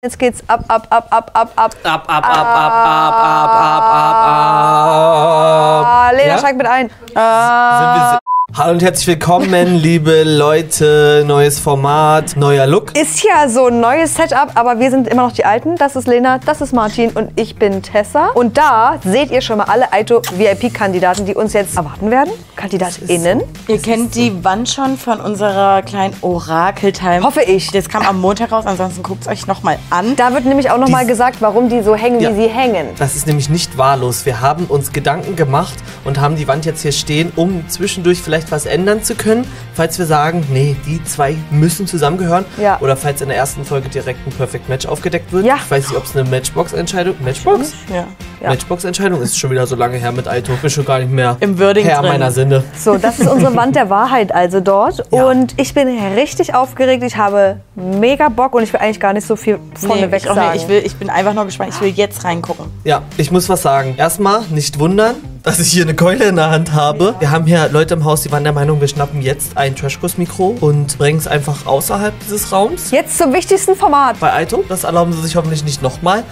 Jetzt geht's ab, ab, ab, ab, ab, ab. Ab, ab, ab, ab, ab, ab, ab, ab, ab. Ah, Lena, Ja? steig mit ein. Sind Ah, wir se- Hallo und herzlich willkommen, liebe Leute. Neues Format, neuer Look. ist ja so ein neues Setup, aber wir sind immer noch die Alten. Das ist Lena, das ist Martin und ich bin Tessa. Und da seht ihr schon mal alle Aito VIP-Kandidaten, die uns jetzt erwarten werden. KandidatInnen. Ihr kennt die Wand schon von unserer kleinen Orakel-Time. Hoffe ich. Das kam am Montag raus, ansonsten guckt es euch nochmal an. Da wird nämlich auch nochmal Die- gesagt, warum die so hängen, Ja. wie sie hängen. Das ist nämlich nicht wahllos. Wir haben uns Gedanken gemacht und haben die Wand jetzt hier stehen, um zwischendurch vielleicht was ändern zu können, falls wir sagen, nee, die zwei müssen zusammengehören. Ja. Oder falls in der ersten Folge direkt ein Perfect Match aufgedeckt wird. Ja. Ich weiß nicht, ob es eine Matchbox-Entscheidung... Matchbox? Ja. Ja. Matchbox-Entscheidung ist schon wieder so lange her mit Aito. Bin schon gar nicht mehr Im Wording Herr drin. meiner Sinne. So, das ist unsere Wand der Wahrheit also dort. Ja. Und ich bin richtig aufgeregt. Ich habe mega Bock und ich will eigentlich gar nicht so viel Nee, vorneweg ich, auch sagen. nicht. ich, will, ich bin einfach nur gespannt. Ich will jetzt reingucken. Ja, ich muss was sagen. Erstmal nicht wundern, dass ich hier eine Keule in der Hand habe. Wir haben hier Leute im Haus, die waren der Meinung, wir schnappen jetzt ein Trashkurs-Mikro und bringen es einfach außerhalb dieses Raums. Jetzt zum wichtigsten Format. Bei Aito, das erlauben sie sich hoffentlich nicht nochmal.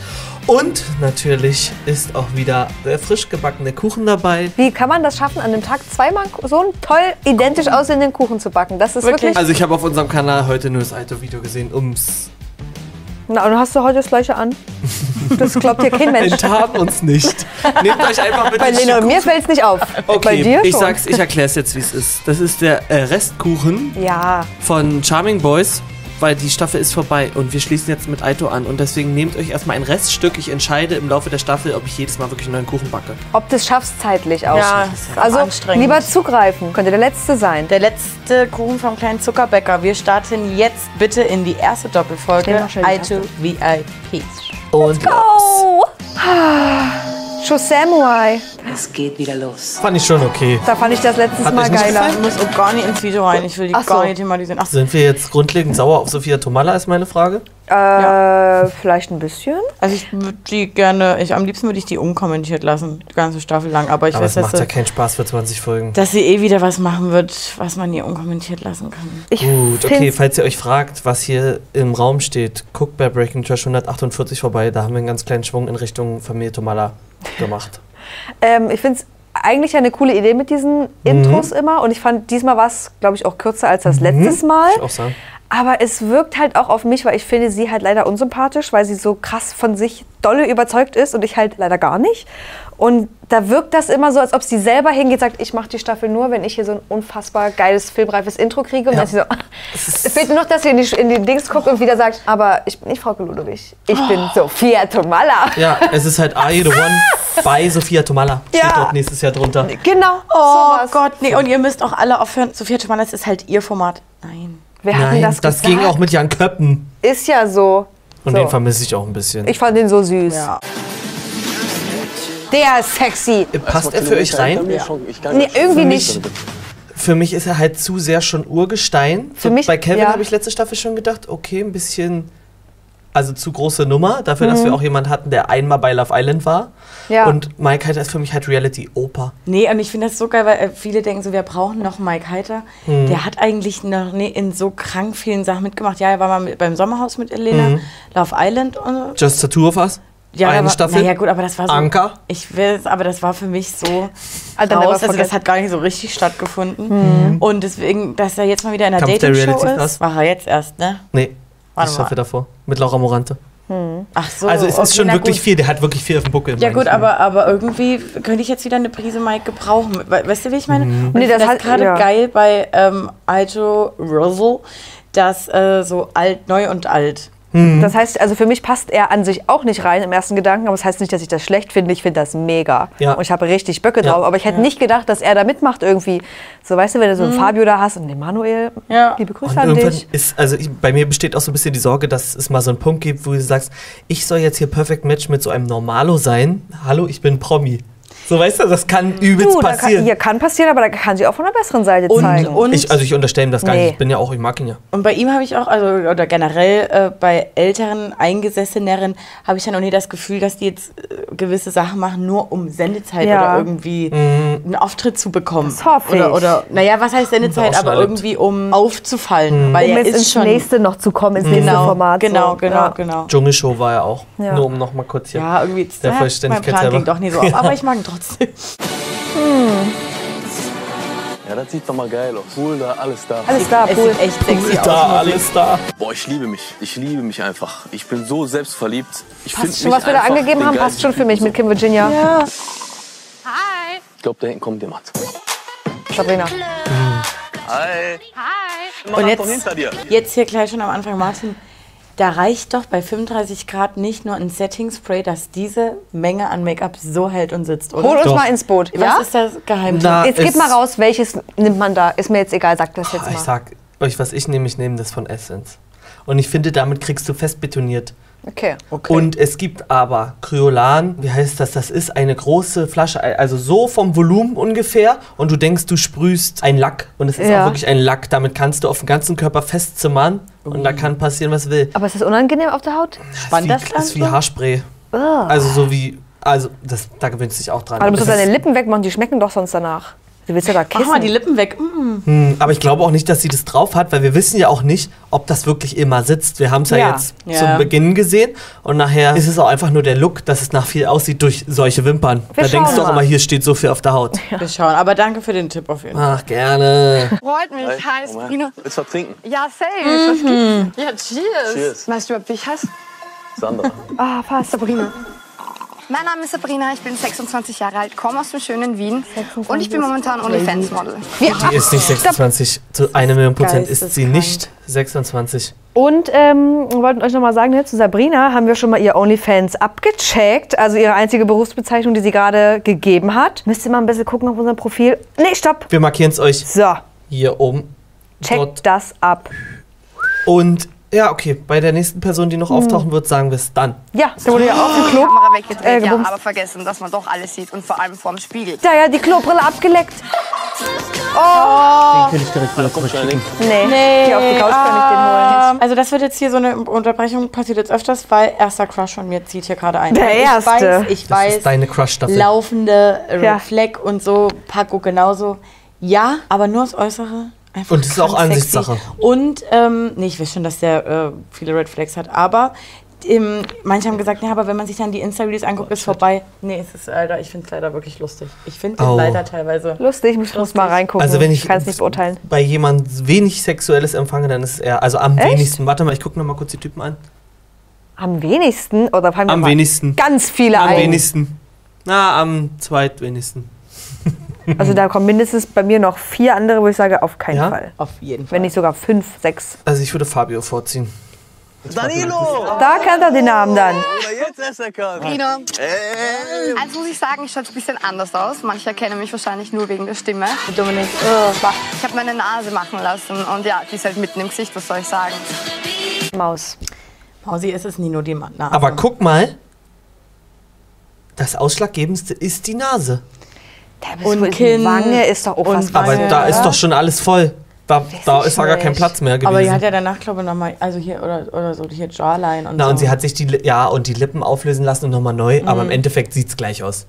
Und natürlich ist auch wieder der frisch gebackene Kuchen dabei. Wie kann man das schaffen, an dem Tag zweimal so einen toll identisch aussehenden Kuchen zu backen? Das ist wirklich. Wirklich? Also ich habe auf unserem Kanal heute nur das Aito-Video gesehen, ums Also Na, und hast du heute das gleiche an? Das glaubt dir kein Mensch. enttarnt uns nicht. Nehmt euch einfach mit Bei ins Lena und mir fällt es nicht auf. Bei dir ich schon. sag's, ich erklär's jetzt, wie es ist. Das ist der äh, Restkuchen Ja, von Charming Boys, weil die Staffel ist vorbei und wir schließen jetzt mit Aito an. Und deswegen nehmt euch erstmal ein Reststück. Ich entscheide im Laufe der Staffel, ob ich jedes Mal wirklich einen neuen Kuchen backe. ob du es schaffst zeitlich auch. Ja, das ist also anstrengend. lieber zugreifen. Könnte der letzte sein. Der letzte Kuchen vom kleinen Zuckerbäcker. Wir starten jetzt bitte in die erste Stell Doppelfolge. mal schnell die I2 VIP. Und Oh! Samurai. Es geht wieder los. fand ich schon okay. Da fand ich das letztes Hat Mal euch nicht geiler. Ich muss auch gar nicht ins Video rein. Ich will die Ach so. gar nicht thematisieren. Ach so. Sind wir jetzt grundlegend sauer auf Sophia Tomala, ist meine Frage. Äh, vielleicht ein bisschen. Also ich würde die gerne, ich, am liebsten würde ich die unkommentiert lassen, die ganze Staffel lang. Aber ich Aber weiß, es dass, macht ja sie- keinen Spaß für 20 Folgen. dass sie eh wieder was machen wird, was man ihr unkommentiert lassen kann. Ich Gut, okay, find's- falls ihr euch fragt, was hier im Raum steht, guckt bei Breaking Trash 148 vorbei. Da haben wir einen ganz kleinen Schwung in Richtung Familie Tomala gemacht. Ähm, ich finde es eigentlich eine coole Idee mit Mhm. diesen Intros immer. Und ich fand, diesmal war es, glaube ich, auch kürzer als das letztes Mal. Mhm. Auch sagen. Aber es wirkt halt auch auf mich, weil ich finde sie halt leider unsympathisch, weil sie so krass von sich dolle überzeugt ist und ich halt leider gar nicht. Und da wirkt das immer so, als ob sie selber hingeht und sagt, ich mache die Staffel nur, wenn ich hier so ein unfassbar geiles, filmreifes Intro kriege. Und Ja. dann ist sie so, es fehlt nur noch, dass sie in die, in die Dings guckt und wieder sagt, aber ich bin nicht Frau Ludwig, ich bin Sophia Tomala. Oh. Ja, es ist halt Are You The One bei Sophia Tomala. Steht Ja. dort nächstes Jahr drunter. Genau, Oh sowas. Gott, nee, und ihr müsst auch alle aufhören. Sophia Thomann, das ist halt ihr Format. Nein. Wer hat Nein, denn das, das gesagt? ging auch mit Jan Köppen. Ist ja so. Und so. den vermisse ich auch ein bisschen. ich fand den so süß. Ja. Der ist sexy. Passt er für euch rein? Nee, irgendwie nicht. Für mich ist er halt zu sehr schon Urgestein. Für So, mich, Bei Kevin ja. habe ich letzte Staffel schon gedacht, okay, ein bisschen, also zu große Nummer, dafür, Mhm. dass wir auch jemanden hatten, der einmal bei Love Island war. Ja. Und Mike halt ist für mich halt Reality-Oper. Nee, und ich finde das so geil, weil äh, viele denken so, wir brauchen noch Mike Heiter. Hm. Der hat eigentlich noch nie in so krank vielen Sachen mitgemacht. Ja, er war mal mit, beim Sommerhaus mit Elena, Love Island und so. Just the Two of Us. Ja, Hm. eine aber, Staffel. Naja, gut, aber das war so. Anker. Ich will aber das war für mich so Ah, dann raus. never Also das forget. hat gar nicht so richtig stattgefunden. Und deswegen, dass er jetzt mal wieder in der Hm. Kampf der Dating-Show Reality ist, Stars. war er jetzt erst, ne? Nee, Warte ich schaffe mal. davor. Mit Laura Morante. Ach so. Also es okay, ist schon na wirklich gut. viel, der hat wirklich viel auf dem Buckel. Ja meine gut, ich. aber, aber irgendwie könnte ich jetzt wieder eine Prise Mike gebrauchen. We- Weißt du, wie ich meine? Mhm. Und Nee, ich das find hat- gerade ja. geil bei ähm, Alto Russell, dass äh, so alt, neu und alt. Das heißt, also für mich passt er an sich auch nicht rein im ersten Gedanken, aber es das heißt nicht, dass ich das schlecht finde. Ich finde das mega. Ja. Und ich habe richtig Böcke Ja. drauf. Aber ich hätte nicht gedacht, dass er da mitmacht irgendwie. So, weißt du, wenn du so einen Fabio da hast und den Manuel, Mhm. Ja. liebe Grüße Und an irgendwann dich. ist, also ich, bei mir besteht auch so ein bisschen die Sorge, dass es mal so einen Punkt gibt, wo du sagst, ich soll jetzt hier Perfect Match mit so einem Normalo sein. Hallo, ich bin Promi. So, weißt du, das kann übelst Du, da kann, passieren. hier kann passieren, aber da kann sie auch von der besseren Seite zeigen. und ich, also ich unterstelle ihm das gar Nee. nicht. Ich bin ja auch, ich mag ihn ja. Und bei ihm habe ich auch, also oder generell äh, bei älteren Eingesesseneren habe ich dann auch nie das Gefühl, dass die jetzt äh, gewisse Sachen machen, nur um Sendezeit Ja. oder irgendwie Mhm. einen Auftritt zu bekommen. Das hoffe oder, ich. oder naja, was heißt Sendezeit, aber ausschneidend. irgendwie um Mhm. aufzufallen. Weil um er jetzt ist ins schon nächste noch zu kommen, ins nächste genau, Format. Genau, so. genau, ja. genau. Dschungelshow war er auch. Ja. Nur um nochmal kurz hier. Ja, irgendwie Der ja, mein Vollständigkeit Plan halber. ging doch nie so auf, aber ich mag ihn trotzdem. Ja, das sieht doch mal geil aus. Pool da, alles da. Alles klar, Es cool. sieht echt sexy aus. Da, alles da. Boah, ich liebe mich. Ich liebe mich einfach. Ich bin so selbstverliebt. Ich find Passt schon, mich was wir da einfach angegeben den haben, passt schon geilsten für mich mit Kim Virginia. Ich glaube, da hinten kommt jemand. Sabrina. Hi. Hi. Und doch jetzt, hinter dir. jetzt hier gleich schon am Anfang, Martin, da reicht doch bei 35 Grad nicht nur ein Setting-Spray, dass diese Menge an Make-up so hält und sitzt, oder? Hol uns Doch. mal ins Boot. Was Ja? ist das Geheimnis? Na, Jetzt gib ist- mal raus, welches nimmt man da? Ist mir jetzt egal, sag das jetzt Ah, Ich mal. sag euch, was ich nehme, ich nehme das von Essence. Und ich finde, damit kriegst du fest betoniert. Okay. Und es gibt aber Kryolan, wie heißt das? Das ist eine große Flasche, also so vom Volumen ungefähr. Und du denkst, du sprühst ein Lack. Und es ist Ja. auch wirklich ein Lack. Damit kannst du auf den ganzen Körper festzimmern. Und da kann passieren, was will. Aber ist das unangenehm auf der Haut? Spannt das ist wie, dann ist wie so? Haarspray. Also so wie, also das, da gewöhnst du dich auch dran. Aber du Das musst deine ist- Lippen wegmachen, die schmecken doch sonst danach. Du willst ja da kissen. Mach mal die Lippen weg. Mm. Aber ich glaube auch nicht, dass sie das drauf hat, weil wir wissen ja auch nicht, ob das wirklich immer sitzt. Wir haben es ja, Ja. jetzt Ja. zum Beginn gesehen und nachher ist es auch einfach nur der Look, dass es nach viel aussieht durch solche Wimpern. Wir da denkst schauen du auch mal. immer, hier steht so viel auf der Haut. Wir schauen. Aber danke für den Tipp auf jeden Fall. Ach, gerne. Freut mich. Hi. Hi, Komm her. Sabrina. Willst du was trinken? Ja, safe. Mhm. Was gibt's? Ja, cheers. Cheers. Äh, Weißt du überhaupt, wie ich heiße? Sandra. Ah, passt. Sabrina. Mein Name ist Sabrina, ich bin 26 Jahre alt, komme aus dem schönen Wien und ich bin momentan OnlyFans-Model. Die ist nicht 26, zu einer Million Prozent ist sie Geisteskrank. nicht 26. Und ähm, wir wollten euch nochmal sagen, ne, zu Sabrina haben wir schon mal ihr OnlyFans abgecheckt. Also ihre einzige Berufsbezeichnung, die sie gerade gegeben hat. Müsst ihr mal ein bisschen gucken auf unserem Profil. Nee, stopp. Wir markieren es euch So, hier oben. checkt Dort. das ab. Und ja, okay, bei der nächsten Person, die noch auftauchen wird, sagen wir es dann. Ja, da wurde ja auch ein Klo. Kamera weggedreht, ja, Äh, gebumst. aber vergessen, dass man doch alles sieht und vor allem vorm Spiegel. Da ja die Klobrille abgeleckt. Oh. Komm schon, links. Nee, nee. auf die Couch kann Also das wird jetzt hier so eine Unterbrechung passiert jetzt öfters, weil erster Crush von mir zieht hier gerade ein. Der ich erste. weiß, ich Das weiß. ist deine Crush-Staffel. laufende Ja. Red Flag und so, Paco genauso. Ja, aber nur das Äußere. Einfach Und das ist krank auch Ansichtssache. sexy. Und, ähm, nee, ich weiß schon, dass der äh, viele Red Flags hat, aber ähm, manche haben gesagt, ja, aber wenn man sich dann die Insta-Reels anguckt, ist vorbei. Nee, es ist, Alter, ich finde es leider wirklich lustig. Ich finde den Au. leider teilweise. ich Lustig, ich muss mal reingucken. Also wenn ich kann es nicht beurteilen. bei jemand wenig Sexuelles empfange, dann ist er also am Echt? wenigsten. Warte mal, ich gucke noch mal kurz die Typen an. Am wenigsten oder fallen mir Am mal wenigsten. Ganz viele Am ein. wenigsten. Na, am zweitwenigsten. Also da kommen mindestens bei mir noch vier andere, wo ich sage, auf keinen Ja? Fall. Auf jeden Fall. Wenn nicht sogar fünf, sechs. Also ich würde Fabio vorziehen. Danilo! Da kennt er den Namen dann. Oder jetzt erst erkannt. Sabrina, Ey. also muss ich sagen, ich schaue ein bisschen anders aus. Manche erkennen mich wahrscheinlich nur wegen der Stimme. Oh, Dominik, Ich habe meine Nase machen lassen und ja, die ist halt mitten im Gesicht, was soll ich sagen. Maus. Pausi ist es Nino, ne? die Nase. Aber guck mal, das Ausschlaggebendste ist die Nase. Der Und und Kinn. Wange ist doch unfassbar. Aber Ja. da ist doch schon alles voll. Da, da ich ist ja gar kein nicht. Platz mehr gewesen. aber die hat ja danach, glaube ich, nochmal, also hier, oder, oder so, hier Jawline und Na, so. Mhm. und sie hat sich die, Li- ja, und die Lippen auflösen lassen und nochmal neu, aber im Endeffekt sieht's gleich aus.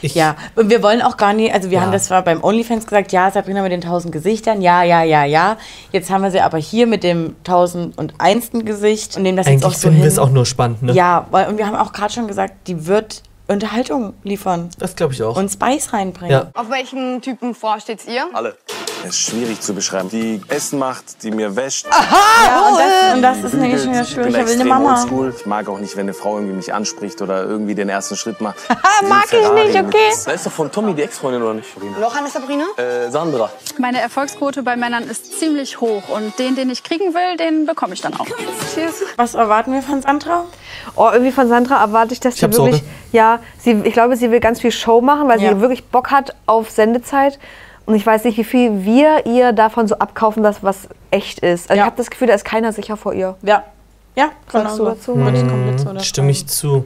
Ich, Ja, und wir wollen auch gar nicht, also wir Ja. haben das zwar beim OnlyFans gesagt, ja, Sabrina mit den tausend Gesichtern, ja, ja, ja, ja. Jetzt haben wir sie aber hier mit dem tausendundeinsten Gesicht und nehmen das jetzt auch Eigentlich so finden hin. wir es auch nur spannend, ne? ja, weil, und wir haben auch gerade schon gesagt, die wird Unterhaltung liefern Das glaube ich auch. und Spice reinbringen. ja. Auf welchen Typen vorsteht ihr? Alle. Es ist schwierig zu beschreiben. Die Essen macht, die mir wäscht. Ja, und, das, und das ist bügelt. nämlich schon wieder Ich bin schwierig. Ich will eine extrem Mama. oldschool. Ich mag auch nicht, wenn eine Frau irgendwie mich anspricht oder irgendwie den ersten Schritt macht. Wie mag ich Ferrari. nicht, okay. Da ist doch von Tommy die Ex-Freundin, oder nicht? Noch eine Sabrina? Äh, Sandra. Meine Erfolgsquote bei Männern ist ziemlich hoch und den, den ich kriegen will, den bekomme ich dann auch. Was erwarten wir von Sandra? Oh, irgendwie von Sandra erwarte ich, ne? dass sie hab wirklich. Sorge. Ja, sie, ich glaube, sie will ganz viel Show machen, weil Ja. sie wirklich Bock hat auf Sendezeit. Und ich weiß nicht, wie viel wir ihr davon so abkaufen, dass was echt ist. Also Ja. ich habe das Gefühl, da ist keiner sicher vor ihr. Ja. Ja, genau du so. dazu? Mhm. Würde ich komplett so Stimme ich zu.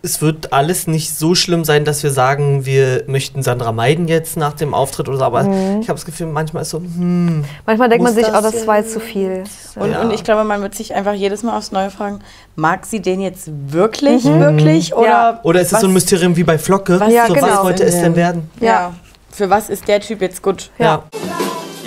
Es wird alles nicht so schlimm sein, dass wir sagen, wir möchten Sandra meiden jetzt nach dem Auftritt oder so, aber Mhm. ich habe das Gefühl, manchmal ist so, hm, Manchmal denkt Muss man sich, das oh, das war jetzt zu viel. Und, Ja. und ich glaube, man wird sich einfach jedes Mal aufs Neue fragen, mag sie den jetzt wirklich, wirklich? Oder, Ja. oder ist es so ein Mysterium wie bei Flocke? was- Ja, so, was genau. wollte es denn werden? Ja. Für was ist der Typ jetzt gut? Ja.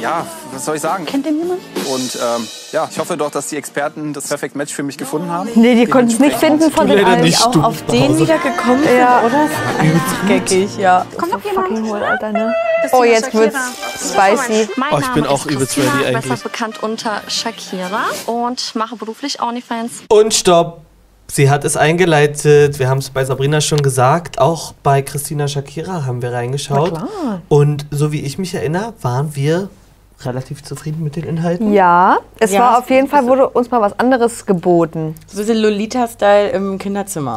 Ja, was soll ich sagen? Kennt den jemand? Und ähm, ja, ich hoffe doch, dass die Experten das Perfect Match für mich gefunden haben. Nee, die konnten es nicht finden von den leider allen. nicht. Auch Stimmt, auf nach den Hause. wieder gekommen sind, Ja. oder? Übelst geckig, ja. So fucking hohl, Alter, ne? Oh, jetzt wird's spicy. Mein Oh, ich Name bin auch ist übelst Christina, ready besser eigentlich. bekannt unter Shakira und mache beruflich OnlyFans. Und stopp. Sie hat es eingeleitet. Wir haben es bei Sabrina schon gesagt. Auch bei Christina Shakira haben wir reingeschaut. Und so wie ich mich erinnere, waren wir relativ zufrieden mit den Inhalten. Ja, es Ja, war es- auf jeden Fall, wurde uns mal was anderes geboten. So ein bisschen Lolita-Style im Kinderzimmer.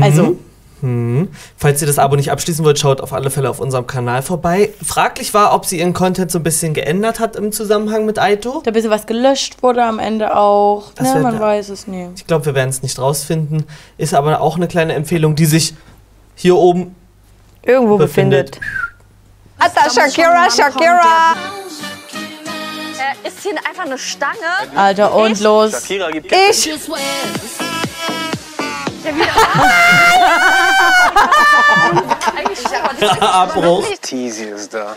Also, Mhm. Falls ihr das Abo nicht abschließen wollt, schaut auf alle Fälle auf unserem Kanal vorbei. Fraglich war, ob sie ihren Content so ein bisschen geändert hat im Zusammenhang mit Aito. da ein bisschen was gelöscht wurde am Ende auch. Das Ja, wird- man weiß es nie. Ich glaube, wir werden es nicht rausfinden. Ist aber auch eine kleine Empfehlung, die sich hier oben Irgendwo Befindet. befindet. Alter, Shakira, Shakira! Er ist hier einfach eine Stange. Alter, und los. Ich! abbruch. Teasy ist da.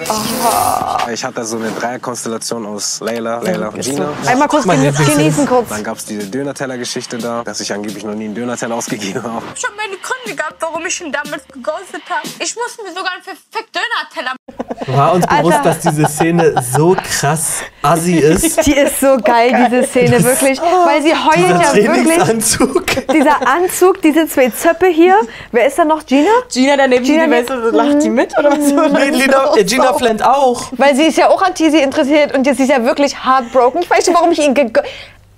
Ich hatte so eine Dreierkonstellation aus Layla, Layla und Gina. Einmal kurz Meine genießen, Bisschen. genießen kurz. Dann gab es diese Döner-Teller-Geschichte da, dass ich angeblich noch nie einen Döner-Teller ausgegeben habe. Ich habe meine Gründe gehabt, warum ich ihn damals geghostet habe. Ich musste mir sogar einen perfekt Döner-Teller War uns bewusst, dass diese Szene so krass assi ist. Also- Die ist so geil, diese Szene, wirklich. Weil sie heult ja Dieser wirklich. Trainingsanzug. Dieser Anzug, diese zwei Zöppe hier. Wer ist da noch? Gina? Gina Mhm. daneben, Gina die weißt mit- du, so lacht die mit oder was? Nee, Lina, äh, Gina Flint auch. Weil sie ist ja auch an Tizi interessiert und jetzt ist ja wirklich heartbroken. Ich weiß nicht, warum ich ihn gego-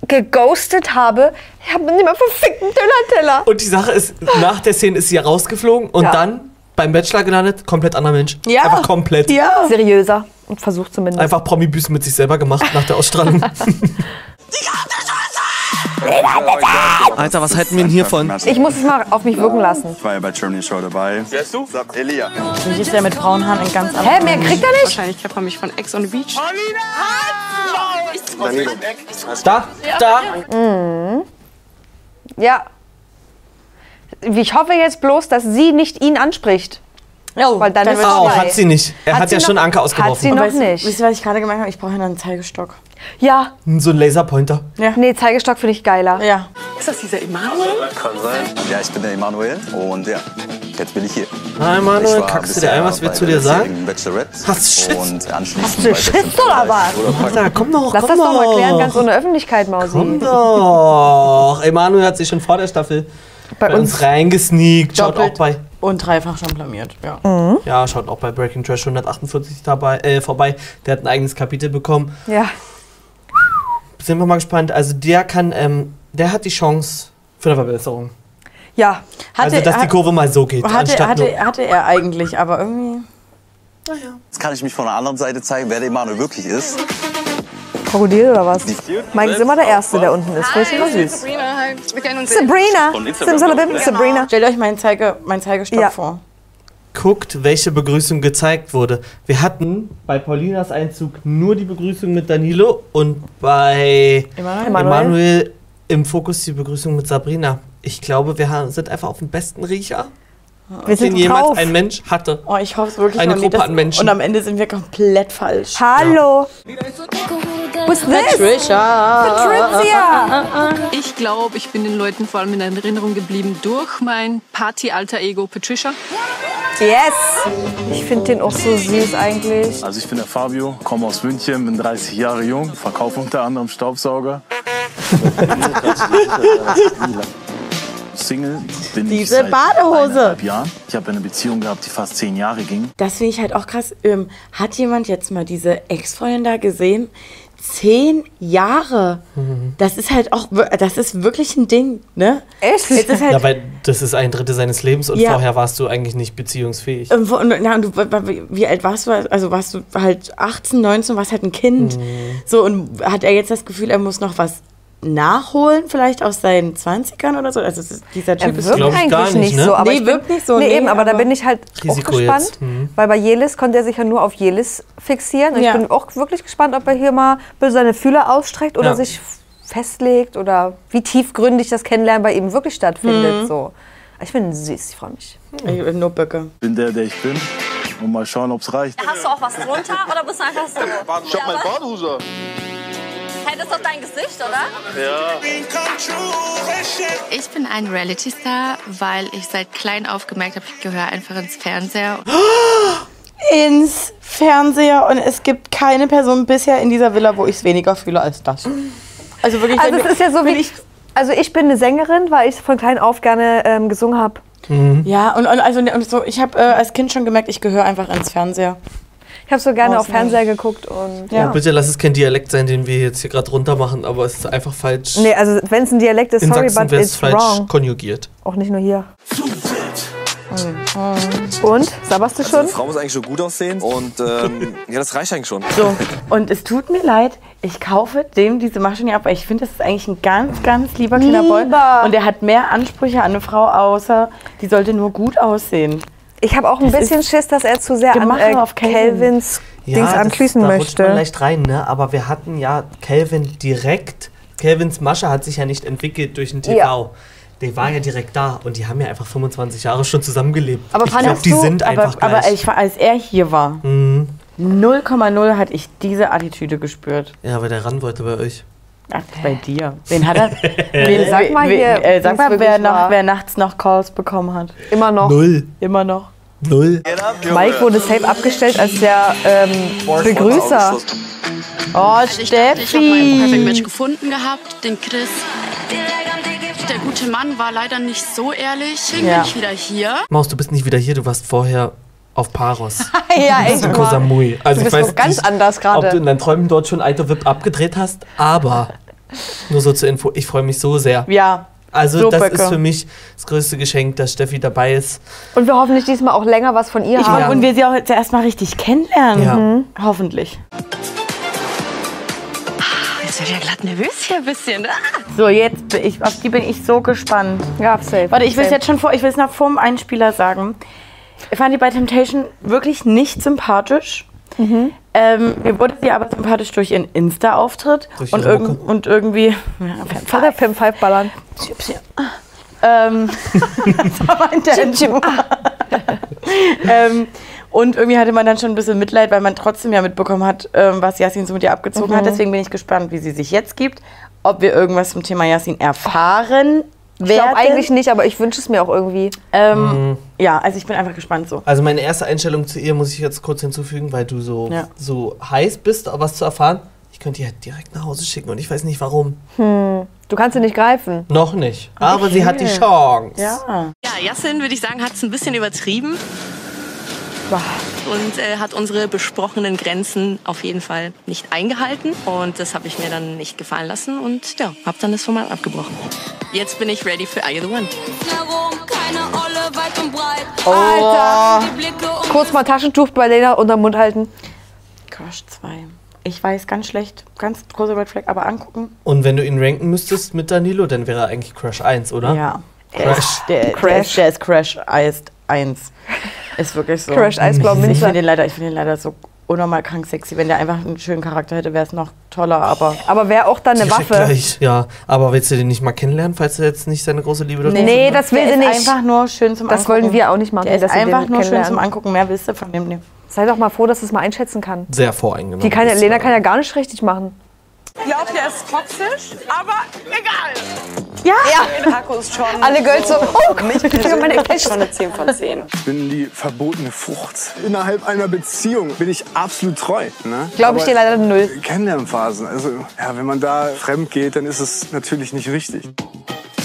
geghostet habe. Ich habe nicht mal verfickten Döner-Teller. Und die Sache ist, nach der Szene ist sie ja rausgeflogen und Ja. dann beim Bachelor gelandet, komplett anderer Mensch. Ja. Einfach komplett. Ja. Oh. Seriöser und versucht zumindest. Einfach Promi-Büßen mit sich selber gemacht nach der Ausstrahlung. Alter, was halten wir denn hiervon? Ich muss es mal auf mich wirken lassen. Ich war ja bei Germany Show dabei. Siehst du? Elia. Ich ist ja mit braunen Haaren ein ganz anderer. Hä, mehr kriegt er nicht? Wahrscheinlich kennt man mich von Ex on the Beach. Da, da. Ja. Ich hoffe jetzt bloß, dass sie nicht ihn anspricht. Ja, Weil dann ist wird's es Oh, vorbei. hat sie nicht. Er hat, Hat sie ja schon noch- Anker hat sie ausgeworfen. noch Weißt du- nicht. Wisst ihr, was ich gerade gemeint habe? Ich brauche einen Zeigestock. Ja, So ein Laserpointer. nee, Zeigestock finde ich geiler. Ja. Ist das dieser Emanuel? Ja, ich bin der Emanuel und ja, jetzt bin ich hier. Hi Ich Manuel, war kackst du dir bisher ein, was wir bei zu der dir sagen? bisherigen Bachelorette. Hast du Schiss? Und anschließend Hast du bei Schiss Bachelor oder in was? Paradise. Oder Na, komm doch, Lass komm das doch mal doch. klären, ganz ohne Öffentlichkeit, Mausi. Komm doch. Emanuel hat sich schon vor der Staffel bei, uns, reingesneakt. Schaut auch Doppelt. bei, Und dreifach schon blamiert. Ja. ja, schaut auch bei Breaking Trash 148 dabei, äh, vorbei. Der hat ein eigenes Kapitel bekommen. Ja, Sind wir mal gespannt. Also der kann, ähm, der hat die Chance für eine Verbesserung. ja. Hatte, also dass die hat- Kurve mal so geht. hatte, anstatt hatte, hatte er eigentlich, aber irgendwie. Jetzt kann ich mich von der anderen Seite zeigen, wer der Emanuel wirklich ist. Krokodil oder was? Mike ist immer der Erste, der unten ist. Finde ich immer süß. Sabrina halt. Wir kennen uns Sabrina. Simsalabim, Sabrina. Stellt euch meinen, Zeige, meinen Zeigestock Ja. vor. nur guckt, welche Begrüßung gezeigt wurde. Wir hatten bei Paulinas Einzug nur die Begrüßung mit Danilo und bei Emanuel? Emanuel, Emanuel. im Fokus die Begrüßung mit Sabrina. Ich glaube, wir haben, sind einfach auf dem besten Riecher, Wir den sind jemals drauf. ein Mensch hatte. Oh, ich hoffe es wirklich. Eine man Gruppe sieht das- an Menschen. Und am Ende sind wir komplett falsch. Hallo. Was ist das? Trisha! Tripsia. Ich glaube, ich bin den Leuten vor allem in Erinnerung geblieben durch mein Party-alter Ego Patricia. Yes. Ich finde den auch so süß eigentlich. Also ich bin der Fabio, komme aus München, bin 30 Jahre jung, verkaufe unter anderem Staubsauger. Single bin ich Diese seit Badehose. eineinhalb Jahren. Ich habe eine Beziehung gehabt, die fast zehn Jahre ging. Das finde ich halt auch krass. Ähm, hat jemand jetzt mal diese Ex-Freundin da gesehen? Zehn Jahre. Das ist halt auch, wir- das ist wirklich ein Ding, ne? Echt? Es ist halt, Ja, weil das ist ein Drittel seines Lebens und Ja. vorher warst du eigentlich nicht beziehungsfähig. Und ähm, wo- und- na, und du, w- w- wie alt warst du? Also warst du Mhm. halt 18, 19, warst halt ein Kind. So, und hat er jetzt das Gefühl, er muss noch was nachholen, vielleicht aus seinen 20ern oder so. Also es ist, dieser Typ Er ist wirkt Glaub ich eigentlich gar nicht, nicht, ne? so. Aber Nee, ich bin, wirkt nicht so, Nee, nee, eben, aber, da aber- bin ich halt Risiko auch gespannt, jetzt, mhm. weil bei Jelis konnte er sich ja nur auf Jelis fixieren. Und Ja. ich bin auch wirklich gespannt, ob er hier mal seine Fühler ausstreckt oder Ja. sich festlegt oder wie tiefgründig das Kennenlernen bei ihm wirklich stattfindet. Mhm. So. Ich bin süß, ich freue mich. Ich- nur Böcke. bin der, der ich bin. Und mal schauen, ob's reicht. Hast du auch was drunter oder bist du einfach so? Ich hab mein Badehose. Hey, das ist doch dein Gesicht, oder? Ja. Ich bin ein Reality-Star, weil ich seit klein auf gemerkt habe, ich gehöre einfach ins Fernseher. Ins Fernseher und es gibt keine Person bisher in dieser Villa, wo ich es weniger fühle als das. Also wirklich, Also wenn es du- ist ja so wie wenn ich. Also ich bin eine Sängerin, weil ich von klein auf gerne ähm, gesungen habe. Ja, und, und, also, und so, ich habe äh, als Kind schon gemerkt, ich gehöre einfach ins Fernseher. Ich habe so gerne Oh, auf ist Fernseher geguckt und Oh, bitte lass es kein Dialekt sein, den wir jetzt hier gerade runter machen, aber es ist einfach falsch. Nee, also wenn es ein Dialekt ist, In sorry, Sachsen but wäre es it's falsch wrong. konjugiert. Auch nicht nur hier. Und? Sabberst du Also, schon? eine Frau muss eigentlich schon gut aussehen und ähm, ja, das reicht eigentlich schon. So, und es tut mir leid, ich kaufe dem diese Maschine ab, weil ich finde, das ist eigentlich ein ganz, ganz lieber kleiner Boy. Lieber. Und er hat mehr Ansprüche an eine Frau, außer die sollte nur gut aussehen. Ich habe auch ein Das bisschen ist Schiss, dass er zu sehr an Gemache äh, auf Calvin. Calvins Dings das- anschließen da rutscht man möchte. leicht rein, ne? Aber wir hatten ja Calvin direkt. Calvins Masche hat sich ja nicht entwickelt durch den TV. Ja. Der war ja direkt da und die haben ja einfach 25 Jahre schon zusammengelebt. Aber ich glaub, die sind aber, einfach aber Mhm. gleich. ich war- als er hier war, 0,0 hatte ich diese Attitüde gespürt. ja, weil der ran wollte bei euch. Ach, bei dir. Wen hat er? Äh, wen, Sag mal wen- hier, äh, sag wie's mal, wer, wirklich noch, war. wer nachts noch Calls bekommen hat. Immer noch. Null. Immer noch. Null. Mike wurde safe abgestellt als der ähm, Begrüßer. Oh, Ich habe meinen Perfect Match Steffi. gefunden gehabt, den Chris. Der gute Mann war leider nicht so ehrlich. Deswegen Ja. bin ich wieder hier. Maus, du bist nicht wieder hier, du warst vorher auf Paros. ja, Du bist in Koh Samui. Also Du ich bist weiß doch ganz nicht, anders ob du gerade. in deinen Träumen dort schon Aito Wip abgedreht hast, aber nur so zur Info, ich freue mich so sehr. Ja. Also So, das ist Böcke. für mich das größte Geschenk, dass Steffi dabei ist. Und wir hoffentlich diesmal auch länger was von ihr Ich haben. hoffe, und wir sie auch jetzt erstmal richtig Mhm. kennenlernen. Ja. Hoffentlich. Jetzt wird ja glatt nervös hier ein bisschen. So, jetzt bin ich, auf die bin ich so gespannt. Ja, safe. Warte, ich will es Safe. jetzt schon vor, ich will es noch vor dem Einspieler sagen. Ich fand die bei Temptation wirklich nicht sympathisch. Mhm. Ähm, mir wurde sie aber sympathisch durch ihren Insta-Auftritt Durch und, ihre irg Mucke. und irgendwie. Ja, Soll der Pimp Five ballern? ähm, das war mein Tension. ähm, und irgendwie hatte man dann schon ein bisschen Mitleid, weil man trotzdem ja mitbekommen hat, ähm, was Yasin so mit ihr abgezogen Mhm. hat. Deswegen bin ich gespannt, wie sie sich jetzt gibt, ob wir irgendwas zum Thema Yasin erfahren werden. Ich glaube eigentlich nicht, aber ich wünsche es mir auch irgendwie. Ähm, Mhm. Ja, also ich bin einfach gespannt so. Also meine erste Einstellung zu ihr muss ich jetzt kurz hinzufügen, weil du so, Ja. so heiß bist, was zu erfahren. Ich könnte ihr direkt nach Hause schicken und ich weiß nicht warum. Du kannst sie nicht greifen. Noch nicht. Aber sie hat die Chance. Ja. Ja, Yassin, würde ich sagen, hat es ein bisschen übertrieben und äh, hat unsere besprochenen Grenzen auf jeden Fall nicht eingehalten. Und das habe ich mir dann nicht gefallen lassen und ja, habe dann das Format abgebrochen. Jetzt bin ich ready für Are You The One. Alter! Kurz mal Taschentuch bei Lena unterm Mund halten. Crush 2. Ich weiß ganz schlecht, ganz große Red Flag, aber angucken. Und wenn du ihn ranken müsstest mit Danilo, dann wäre er eigentlich Crush 1, oder? Ja. Crush. Der, Der, Ah. Crash. ist, der ist Crash Eist 1. Ist wirklich so. Crash Ich Eisblau-Minze. finde ihn leider, ich finde ihn leider so unnormal krank sexy. Wenn der einfach einen schönen Charakter hätte, wäre es noch toller, aber Aber wäre auch dann eine Direkt Waffe. Gleich, ja. Aber willst du den nicht mal kennenlernen, falls er jetzt nicht seine große Liebe dazu Nee, findet? das will der sie ist nicht. einfach nur schön zum Das Angucken. wollen wir auch nicht machen, Der ist dass wir den einfach nur schön kennenlernen. zum Angucken. Mehr willst du von dem nicht. Sei doch mal froh, dass es mal einschätzen kann. Sehr voreingenommen. Die kann ja, ist, Lena ja. kann ja gar nicht richtig machen. Ich glaube, der ist toxisch, aber egal. Ja, Taco ist schon. alle Girls so, oh Gott, ich habe meine Cash. eine 10 von 10. Ich bin die verbotene Frucht. Innerhalb einer Beziehung bin ich absolut treu. Ne? Glaube ich dir leider null. Kennenlernphasen. Also, ja, wenn man da fremd geht, dann ist es natürlich nicht richtig.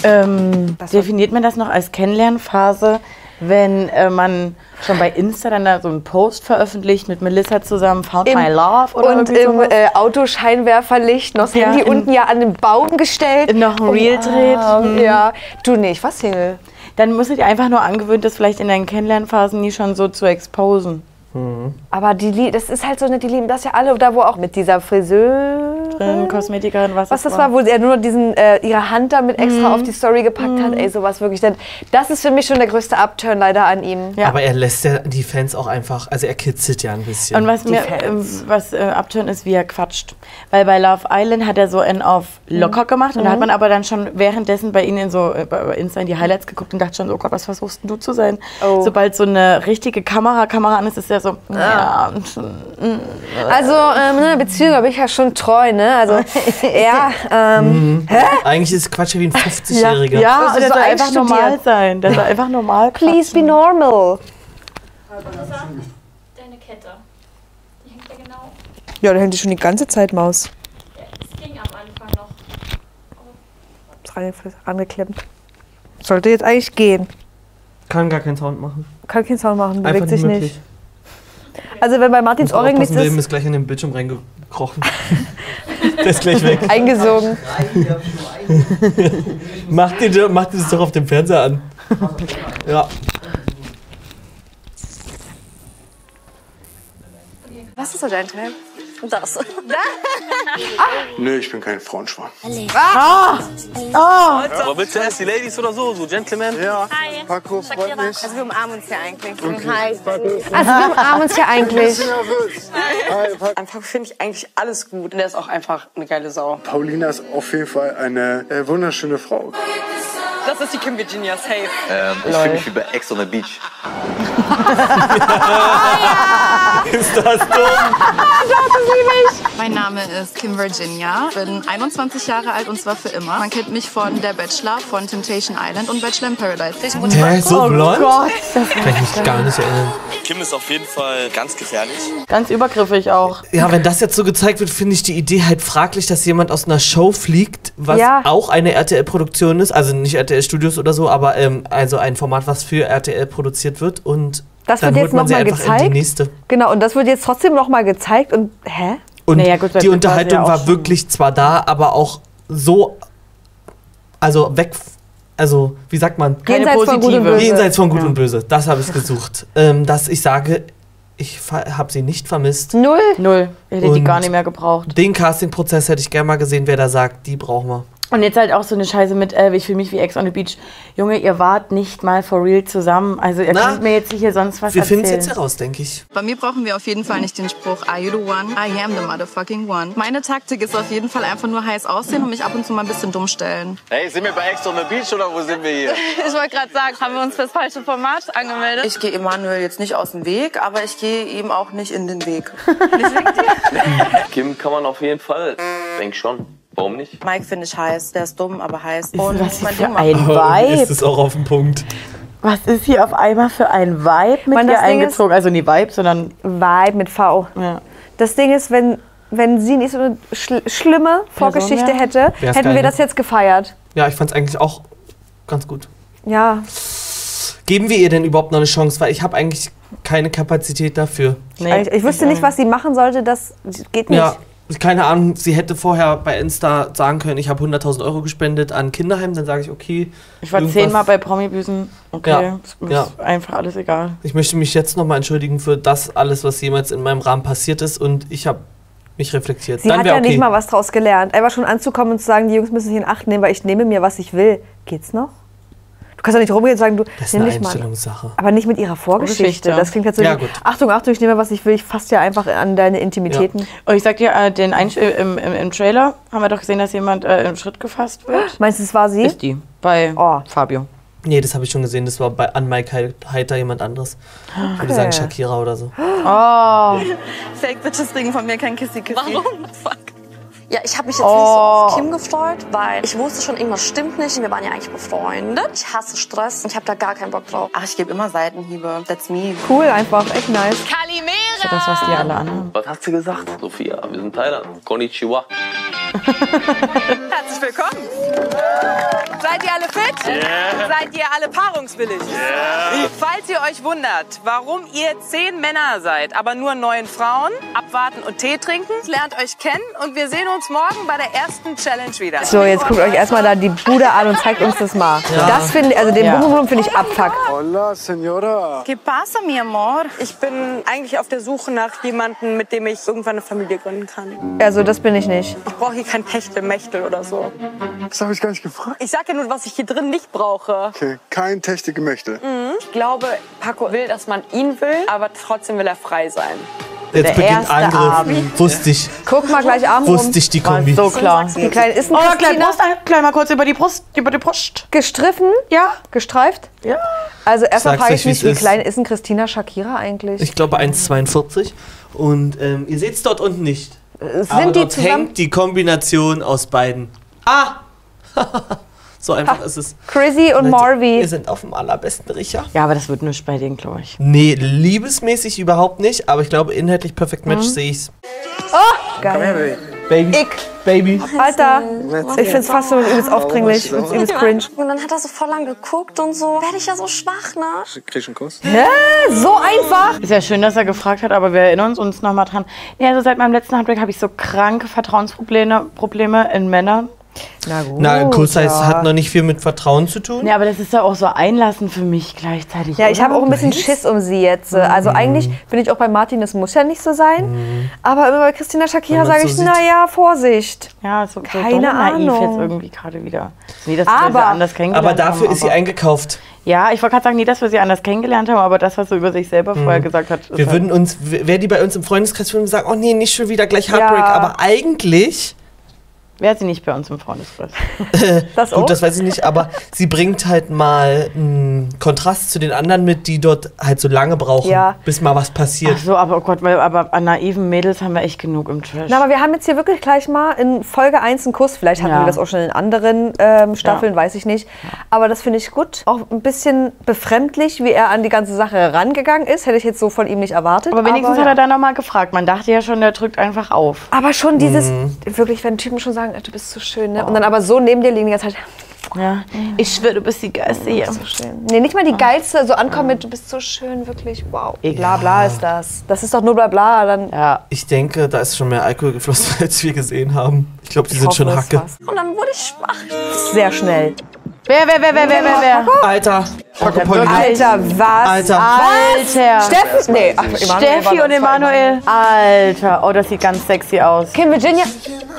Ähm, definiert man das noch als Kennenlernphase, wenn äh, man schon bei Insta dann da so einen Post veröffentlicht mit Melissa zusammen, Found My Love oder und irgendwie im sowas? äh, Autoscheinwerferlicht noch das Ja, Handy in- unten ja an den Baum gestellt. Um- In noch Mhm. ein Reel dreht. Ah, Ja, du nicht, was Single? Dann musst du dir einfach nur angewöhnt, das vielleicht in deinen Kennenlernphasen nie schon so zu exposen. Aber die, lie- das ist halt so, ne, die lieben das ja alle. Da wo auch mit dieser Friseurin, Äh, Kosmetikerin, was, Mhm. was es das war, wo sie ja nur diesen, äh, ihre Hand damit extra Mhm. auf die Story gepackt hat. Ey, sowas wirklich. Denn das ist für mich schon der größte Upturn leider an ihm. Aber er lässt ja die Fans auch einfach, also er kitzelt ja ein bisschen. Und was mir ähm, was äh, abtönt, ist, wie er quatscht. Weil bei Love Island hat er so einen auf locker gemacht und da hat Mhm. man aber dann schon währenddessen bei ihnen in so äh, bei bei Insta in die Highlights geguckt und dachte schon, so, oh Gott, was versuchst denn du zu sein? Oh. Sobald so eine richtige Kamera Kamera an ist, ist er so. Ah. Ja. Also, ähm, ne, Beziehung bin ich ja schon treu, ne? Also, ja, ähm, Mhm. Eigentlich ist Quatsch ja wie ein 50-Jähriger. ja, Das ist der Also so soll einfach einstudiert. normal sein. Der soll einfach normal please be normal. Deine Kette. Die hängt ja genau. Ja, da hängt die schon die ganze Zeit Maus. Es ging am Anfang noch. Ist range- Angeklemmt. Sollte jetzt eigentlich gehen. Kann gar keinen Sound machen. Kann keinen Sound machen, bewegt Einfach sich nicht nicht. Also wenn bei Martins Ohrring nichts Aufpassen, Wilhelm ist, ist gleich in den Bildschirm reingekrochen. Der ist gleich weg. eingesogen. Mach dir, mach dir das doch auf dem Fernseher an. Ja. Was ist so dein Teil? Das. Nee, ich bin kein Frauenschwarm. Ah! Ah! Aber willst du erst die Ladies oder so, so Gentlemen? Ja. Hi. Paco, freut mich. Also wir umarmen uns ja eigentlich. Okay. Hi. Also wir umarmen uns ja eigentlich. An Paco finde ich eigentlich alles gut. Und der ist auch einfach eine geile Sau. Paulina ist auf jeden Fall eine äh, wunderschöne Frau. Das ist die Kim Virginia, safe. Ähm, ich Lol. fühle mich wie bei Ex on the Beach. Ist das dumm? Mein Name ist Kim Virginia, bin 21 Jahre alt und zwar für immer. Man kennt mich von Der Bachelor, von Temptation Island und Bachelor in Paradise. Der ist Oh Oh so blond? das Kann ich mich gar nicht erinnern. Kim ist auf jeden Fall ganz gefährlich. Ganz übergriffig auch. Ja, wenn das jetzt so gezeigt wird, finde ich die Idee halt fraglich, dass jemand aus einer Show fliegt, was Ja. auch eine RTL-Produktion ist, also nicht RTL Studios oder so, aber ähm, also ein Format, was für RTL produziert wird und Das dann wird holt jetzt man sie nochmal einfach in gezeigt. die nächste. Genau, und das wird jetzt trotzdem nochmal gezeigt und hä? Und die Unterhaltung war wirklich zwar da, aber auch so, also weg, also wie sagt man? Keine Jenseits von Gut und positive. Böse. Jenseits von Gut und Böse, das habe ich gesucht. Ähm, dass ich sage, ich habe sie nicht vermisst. Null? Null. Ich hätte die Und gar nicht mehr gebraucht. Den Casting-Prozess hätte ich gerne mal gesehen, wer da sagt, die brauchen wir. Und jetzt halt auch so eine Scheiße mit, äh, ich fühle mich wie Ex on the Beach. Junge, ihr wart nicht mal for real zusammen. Also ihr Na, könnt mir jetzt hier sonst was wir erzählen. finden's jetzt heraus, denke ich. Bei mir brauchen wir auf jeden Fall nicht den Spruch, are you the one? I am the motherfucking one. Meine Taktik ist auf jeden Fall einfach nur heiß aussehen und mich ab und zu mal ein bisschen dumm stellen. Hey, sind wir bei Ex on the Beach oder wo sind wir hier? Ich wollte gerade sagen, haben wir uns fürs falsche Format angemeldet? Ich gehe Emanuel jetzt nicht aus dem Weg, aber ich gehe ihm auch nicht in den Weg. Kim kann man auf jeden Fall. Denk schon. Warum nicht? Mike finde ich heiß, der ist dumm, aber heiß. was mein für Ding ein macht. Vibe. Oh, Ist es auch auf den Punkt. Was ist hier auf einmal für ein Vibe mit Mann, dir das Ding ist- eingezogen? Also nicht Vibe, sondern Vibe mit V. Das Ding ist, wenn, wenn sie nicht so eine schl schlimme Vorgeschichte wäre? hätte, Wär's hätten geil, wir ne? das jetzt gefeiert. Ja, ich fand's eigentlich auch ganz gut. Ja. Geben wir ihr denn überhaupt noch eine Chance? Weil ich habe eigentlich keine Kapazität dafür. ich, ich wüsste nicht, was sie machen sollte, das geht nicht. Ja, keine Ahnung. Sie hätte vorher bei Insta sagen können, ich habe 100.000 Euro gespendet an Kinderheim. Dann sage ich, okay. ich war irgendwas- zehnmal bei Promi-Büsen. Okay, Ja, ist ja. einfach alles egal. Ich möchte mich jetzt nochmal entschuldigen für das alles, was jemals in meinem Rahmen passiert ist. Und ich habe mich reflektiert. Sie dann hat wäre ja okay. nicht mal was draus gelernt. Einfach schon anzukommen und zu sagen, die Jungs müssen hier in Acht nehmen, weil ich nehme mir, was ich will. Geht's noch? Du kannst ja nicht rumgehen und sagen, du das ist nimm eine dich mal. Einstellungssache. Aber nicht mit ihrer Vorgeschichte. Vorgeschichte. Das klingt jetzt so, Ja, wie, gut. Achtung, Achtung, ich nehme, was ich will. Ich fasse ja einfach an deine Intimitäten. Und ich sag dir, äh, den Einsch äh, im, im, im Trailer haben wir doch gesehen, dass jemand äh, im Schritt gefasst wird. Meinst du, es war sie? Ist die. Bei Oh. Fabio. Nee, das habe ich schon gesehen. Das war bei an Mike Heiter jemand anderes. Ich würde Okay. sagen Shakira oder so. Oh. Fake Bitches kriegen von mir kein Kissy Kissy. Warum? Ja, ich habe mich jetzt nicht so Oh. auf Kim gefreut, weil ich wusste schon, irgendwas stimmt nicht. Wir waren ja eigentlich befreundet. Ich hasse Stress und ich habe da gar keinen Bock drauf. Ach, ich gebe immer Seitenhiebe. That's me. Cool, einfach. Echt nice. Kalimera! Das, was die alle anhaben. Was hast du gesagt? Sophia, wir sind Thailand. Konnichiwa. Herzlich willkommen. Seid ihr alle fit? Yeah. Seid ihr alle paarungswillig? Yeah. Falls ihr euch wundert, warum ihr zehn Männer seid, aber nur neun Frauen, abwarten und Tee trinken, lernt euch kennen und wir sehen uns morgen bei der ersten Challenge wieder. So, jetzt guckt euch erstmal da die Bude an und zeigt uns das mal. Ja. Das finde also den Ja. Bum Bum finde ich abfuck. Hola, Senora. ¿Qué pasa, mi amor? Ich bin eigentlich auf der Suche nach jemandem, mit dem ich irgendwann eine Familie gründen kann. Also, das bin ich nicht. Ich brauche hier kein Techtel, Mächtel oder so. Das habe ich gar nicht gefragt. Ich sag ja nur, was ich hier drin nicht brauche. Okay, kein Technikgemächte. Mhm. Ich glaube, Paco will, dass man ihn will, aber trotzdem will er frei sein. Jetzt Der beginnt erste Angriff. Abend. Wusste ich. Guck mal gleich Arm rum. Wusste ich die Kombi. War so klar. Die Kleine ist ein Oh, kleine Christina. Brust, gleich mal kurz über die Brust, über die Brust. Gestriffen? Ja. Gestreift? Ja. Also erstmal Sag's frage euch, ich mich, wie's wie ist. klein ist denn Christina Shakira eigentlich? Ich glaube 1,42. Und ähm, ihr seht es dort unten nicht. Sind Aber die dort zusammen- hängt die Kombination aus beiden. Ah! so einfach ist es. Chrissy und Ah, Marvy. Wir sind auf dem allerbesten Riecher. Ja, aber das wird nicht bei denen, glaube ich. Nee, liebesmäßig überhaupt nicht, aber ich glaube, inhaltlich Perfect Match Mhm. sehe ich's. Oh, geil. Baby. Baby. Alter, ich find's fast so übelst aufdringlich, ich find's übelst cringe. Und dann hat er so voll lang geguckt und so. Werde ich ja so schwach, ne? Griechischen Kuss? Ne? So einfach? Ist ja schön, dass er gefragt hat, aber wir erinnern uns, uns nochmal dran. Ja, also seit meinem letzten Heartbreak habe ich so kranke Vertrauensprobleme Probleme in Männern. Na gut. Na, ein Kuss heißt, hat noch nicht viel mit Vertrauen zu tun. Ja, aber das ist ja auch so Einlassen für mich gleichzeitig. Ja, ich oder? habe auch ein bisschen Schiss um sie jetzt. Also Mhm. eigentlich bin ich auch bei Martin, das muss ja nicht so sein. Aber immer bei Christina Shakira Wenn man's sage so ich, sieht. naja, Vorsicht. Ja, so, so Keine dolle naiv jetzt Ahnung. irgendwie gerade wieder. Nee, dass wir sie anders kennengelernt aber dafür haben, ist sie aber- eingekauft. Ja, ich wollte gerade sagen, nee, dass wir sie anders kennengelernt haben, aber das, was sie über sich selber vorher gesagt hat. ist Mhm. Wir halt- würden uns, wer die bei uns im Freundeskreis würden sagen, oh nee, nicht schon wieder gleich Heartbreak, Ja. aber eigentlich. Wäre sie nicht bei uns im Freundeskreis. Das Gut, das weiß ich nicht, aber sie bringt halt mal einen Kontrast zu den anderen mit, die dort halt so lange brauchen, Ja. bis mal was passiert. Ach so, aber oh Gott, weil, aber an naiven Mädels haben wir echt genug im Trash. Na, aber wir haben jetzt hier wirklich gleich mal in Folge 1 einen Kuss. Vielleicht hatten Ja. wir das auch schon in anderen ähm, Staffeln, weiß ich nicht. Aber das finde ich gut. Auch ein bisschen befremdlich, wie er an die ganze Sache herangegangen ist. Hätte ich jetzt so von ihm nicht erwartet. aber wenigstens ja. hat er da nochmal gefragt. Man dachte ja schon, der drückt einfach auf. Aber schon dieses, wirklich, wenn Typen schon sagen, du bist so schön, ne? Und dann aber so neben dir liegen halt, die ganze Zeit. Ja, ich schwöre, du bist die Geiste hier. Nee, nicht mal die geilste, so ankommen mit, du bist so schön, wirklich, wow. Bla bla ist das. Das ist doch nur bla bla. Dann Ich denke, da ist schon mehr Alkohol geflossen, als wir gesehen haben. Ich glaube, die sind schon Hacke. Oh. Und dann wurde ich schwach. sehr schnell. Wer, wer, wer, wer, wer, wer, wer? Alter, Paco Polly. Alter, was? Alter. Alter. Steffi, nee, ach, Emanuel war Steffi das und Emanuel. Alter, oh, das sieht ganz sexy aus. Kim Virginia.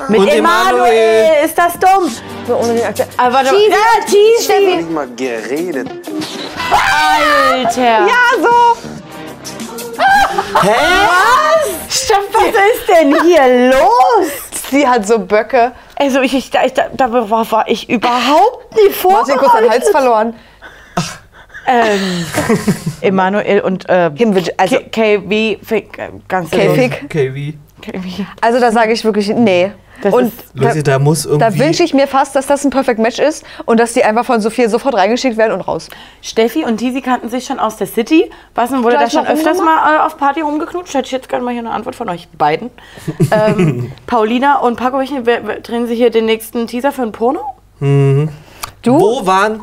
Mit Und Emanuel. Emanuel. Ist das dumm? So ohne den Akzent. Aber warte Cheesy. mal. Ja, cheesy. Steffi. Nicht mal geredet. Alter. Ja, so. Hä? Was? Stopp, was ist denn hier los? Sie hat so Böcke. Also ich, ich, da, ich da, da war, war ich überhaupt nie vorbereitet. Martin kurz den Hals verloren. Ähm, Emanuel und äh, also KW, Fick, äh, ganz K-Fick. KV. Also da sage ich wirklich, nee. und Leute, da muss da irgendwie. wünsche ich mir fast, dass das ein Perfect Match ist und dass die einfach von Sophia sofort reingeschickt werden und raus. Steffi und Tizi kannten sich schon aus der City. Was denn, wurde da Gleich schon noch öfters umgemacht? mal äh, auf Party rumgeknutscht? Hätte ich jetzt gerne mal hier eine Antwort von euch beiden. ähm, Paulina und Paco, welchen- wer- wer- drehen Sie hier den nächsten Teaser für ein Porno? Mhm. Wo waren.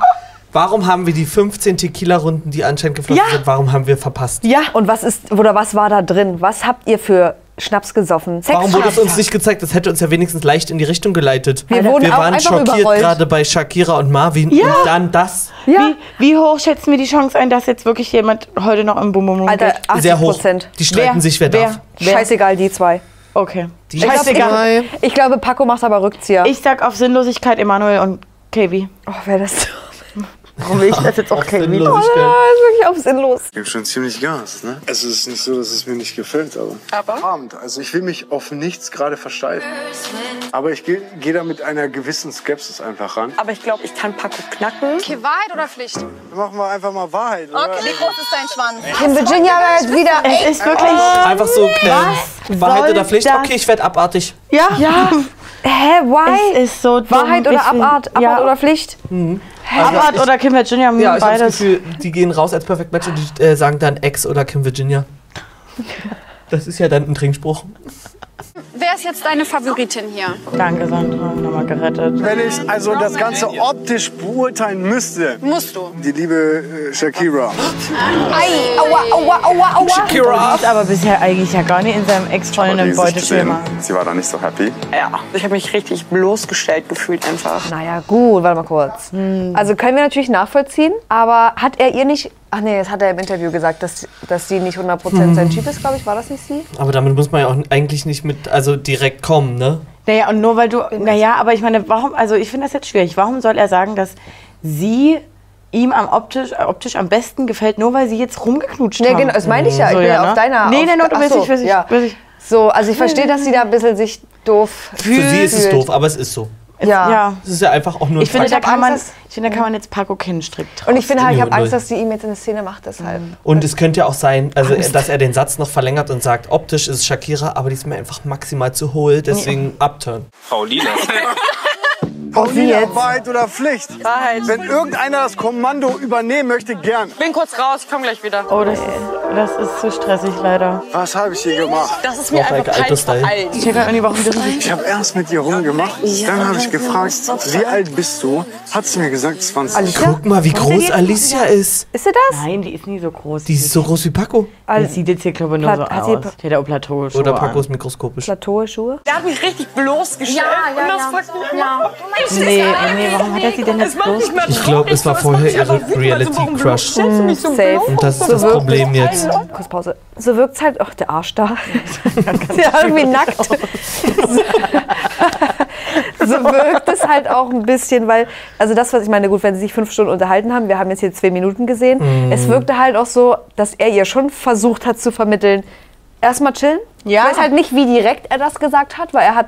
Warum haben wir die 15 Tequila-Runden, die anscheinend geflossen Ja. sind, warum haben wir verpasst? Ja. Und was ist, oder was war da drin? Was habt ihr für Schnaps gesoffen? Sex Warum wurde es uns nicht gezeigt? Das hätte uns ja wenigstens leicht in die Richtung geleitet. Wir wurden auch waren einfach schockiert überrollt. gerade bei Shakira und Marvin. Ja. Und dann das. Wie, wie hoch schätzen wir die Chance ein, dass jetzt wirklich jemand heute noch im Bum Bum Bum Alter, geht? 80 Sehr hoch. Prozent. Die streiten sich, wer darf. Scheißegal, die zwei. Okay. Ich glaub, Scheißegal. Ich, ich glaube, Paco macht aber Rückzieher. Ich sag auf Sinnlosigkeit Emanuel und KV. Oh, wer das. Warum will ich das jetzt auch KV? Oh, das ist wirklich auf sinnlos. Ich gebe schon ziemlich Gas, ne? Es ist nicht so, dass es mir nicht gefällt, aber. Aber? Abend. Also ich will mich auf nichts gerade versteifen. Aber ich gehe geh da mit einer gewissen Skepsis einfach ran. Aber ich glaube, ich kann Paco knacken. Okay, Wahrheit oder Pflicht? Machen wir einfach mal Wahrheit, oder? Okay, wie groß ist dein Schwanz? Kim Virginia war jetzt wieder. Es ist wirklich. Oh. Einfach so, ähm, Wahrheit soll oder Pflicht? das? Hm, Okay, ich werde abartig. Ja. Ja. Hä, why? Es ist so dumm. Wahrheit oder Ich will- Abart? Abart Ja. oder Pflicht? Hä? Abart oder Kim Virginia haben Also Ja, ich habe das beides. Gefühl, die gehen raus als Perfect Match und die äh, sagen dann Ex oder Kim Virginia. Das ist ja dann ein Trinkspruch. Wer wer ist jetzt deine Favoritin hier? Danke, Sandra. Nochmal gerettet. Wenn ich also das Ganze optisch beurteilen müsste. Musst du. Die liebe äh, Shakira. Ei, aua, aua, aua, aua. Shakira. ist aber bisher eigentlich ja gar nicht in seinem Ex-Freund im Beuteschema. Sie war da nicht so happy. Ja, ich habe mich richtig bloßgestellt gefühlt einfach. Naja, gut, warte mal kurz. Hm. Also können wir natürlich nachvollziehen, aber hat er ihr nicht. Ach nee, das hat er im Interview gesagt, dass, dass sie nicht 100% sein Hm. Typ ist, glaube ich. War das nicht sie? Aber damit muss man ja auch eigentlich nicht mit, also direkt kommen, ne? Naja, und nur weil du. Naja, aber ich meine, warum. Also, ich finde das jetzt schwierig. Warum soll er sagen, dass sie ihm am optisch, optisch am besten gefällt, nur weil sie jetzt rumgeknutscht Nee, haben? genau, das meine ich ja. Ich So, bin ja, ne? auf deiner. Nee, auf, nee, nur du ach willst so, ich, willst ich, ja. willst ich. So, also ich verstehe, dass sie da ein bisschen sich doof Für sie ist es fühlt. doof, aber es ist so. Ja. Ja. Es ist ja einfach auch nur ein Ich finde, da Fakt. kann man, ich finde, da kann man jetzt Paco Kinnstrick drauf. Und ich finde halt, ich habe Null, null. Angst, dass sie ihm jetzt eine Szene macht, deshalb. Hm. Und es könnte ja auch sein, also, Angst. dass er den Satz noch verlängert und sagt, optisch ist es Shakira, aber die ist mir einfach maximal zu hohl, deswegen Upturn. Frau Lila. Paulina, Wahrheit oder Pflicht? Wahrheit. Wenn irgendeiner das Kommando übernehmen möchte, gern. Bin kurz raus, ich komm gleich wieder. Oh, das ist, das ist zu stressig leider. Was habe ich hier gemacht? Das ist mir Braucht einfach ein altes peinlich Teil. veraltet. Ich check irgendwie, warum das Ich habe erst mit dir rumgemacht, dann habe ich gefragt, wie alt bist du? Hat sie mir gesagt, 20. Guck mal, wie groß Alicia ist. Ist sie das? Nein, die ist nie so groß. Die ist so groß wie Paco. Die sieht jetzt hier, glaube ich, nur so Plat- hat sie- aus. Die hat auch Plateauschuhe Oder an. Paco ist mikroskopisch. Plateaue Schuhe? Der hat mich richtig bloßgestellt. Ja, ja, und das ja. fuckt mich Ja. ab. Ich Nee, steh's gar nee, nicht warum hat er sie denn und jetzt es macht mich mal Ich traurig, glaube, es war aber macht mich vorher ihre aber wütend, weil so, warum Reality-Crush. bloßstellst du mich so Safe. bloß? Und das ist So das wirkt- Problem jetzt. Kurz Pause. So wirkt es halt. Ach, der Arsch da. ist ja irgendwie nackt. So, so wirkt es halt auch ein bisschen, weil, also das, was ich meine, gut, wenn sie sich fünf Stunden unterhalten haben, wir haben jetzt hier zwei Minuten gesehen, Mhm. es wirkte halt auch so, dass er ihr schon versucht hat zu vermitteln, erstmal chillen. Ja. Ich weiß halt nicht, wie direkt er das gesagt hat, weil er hat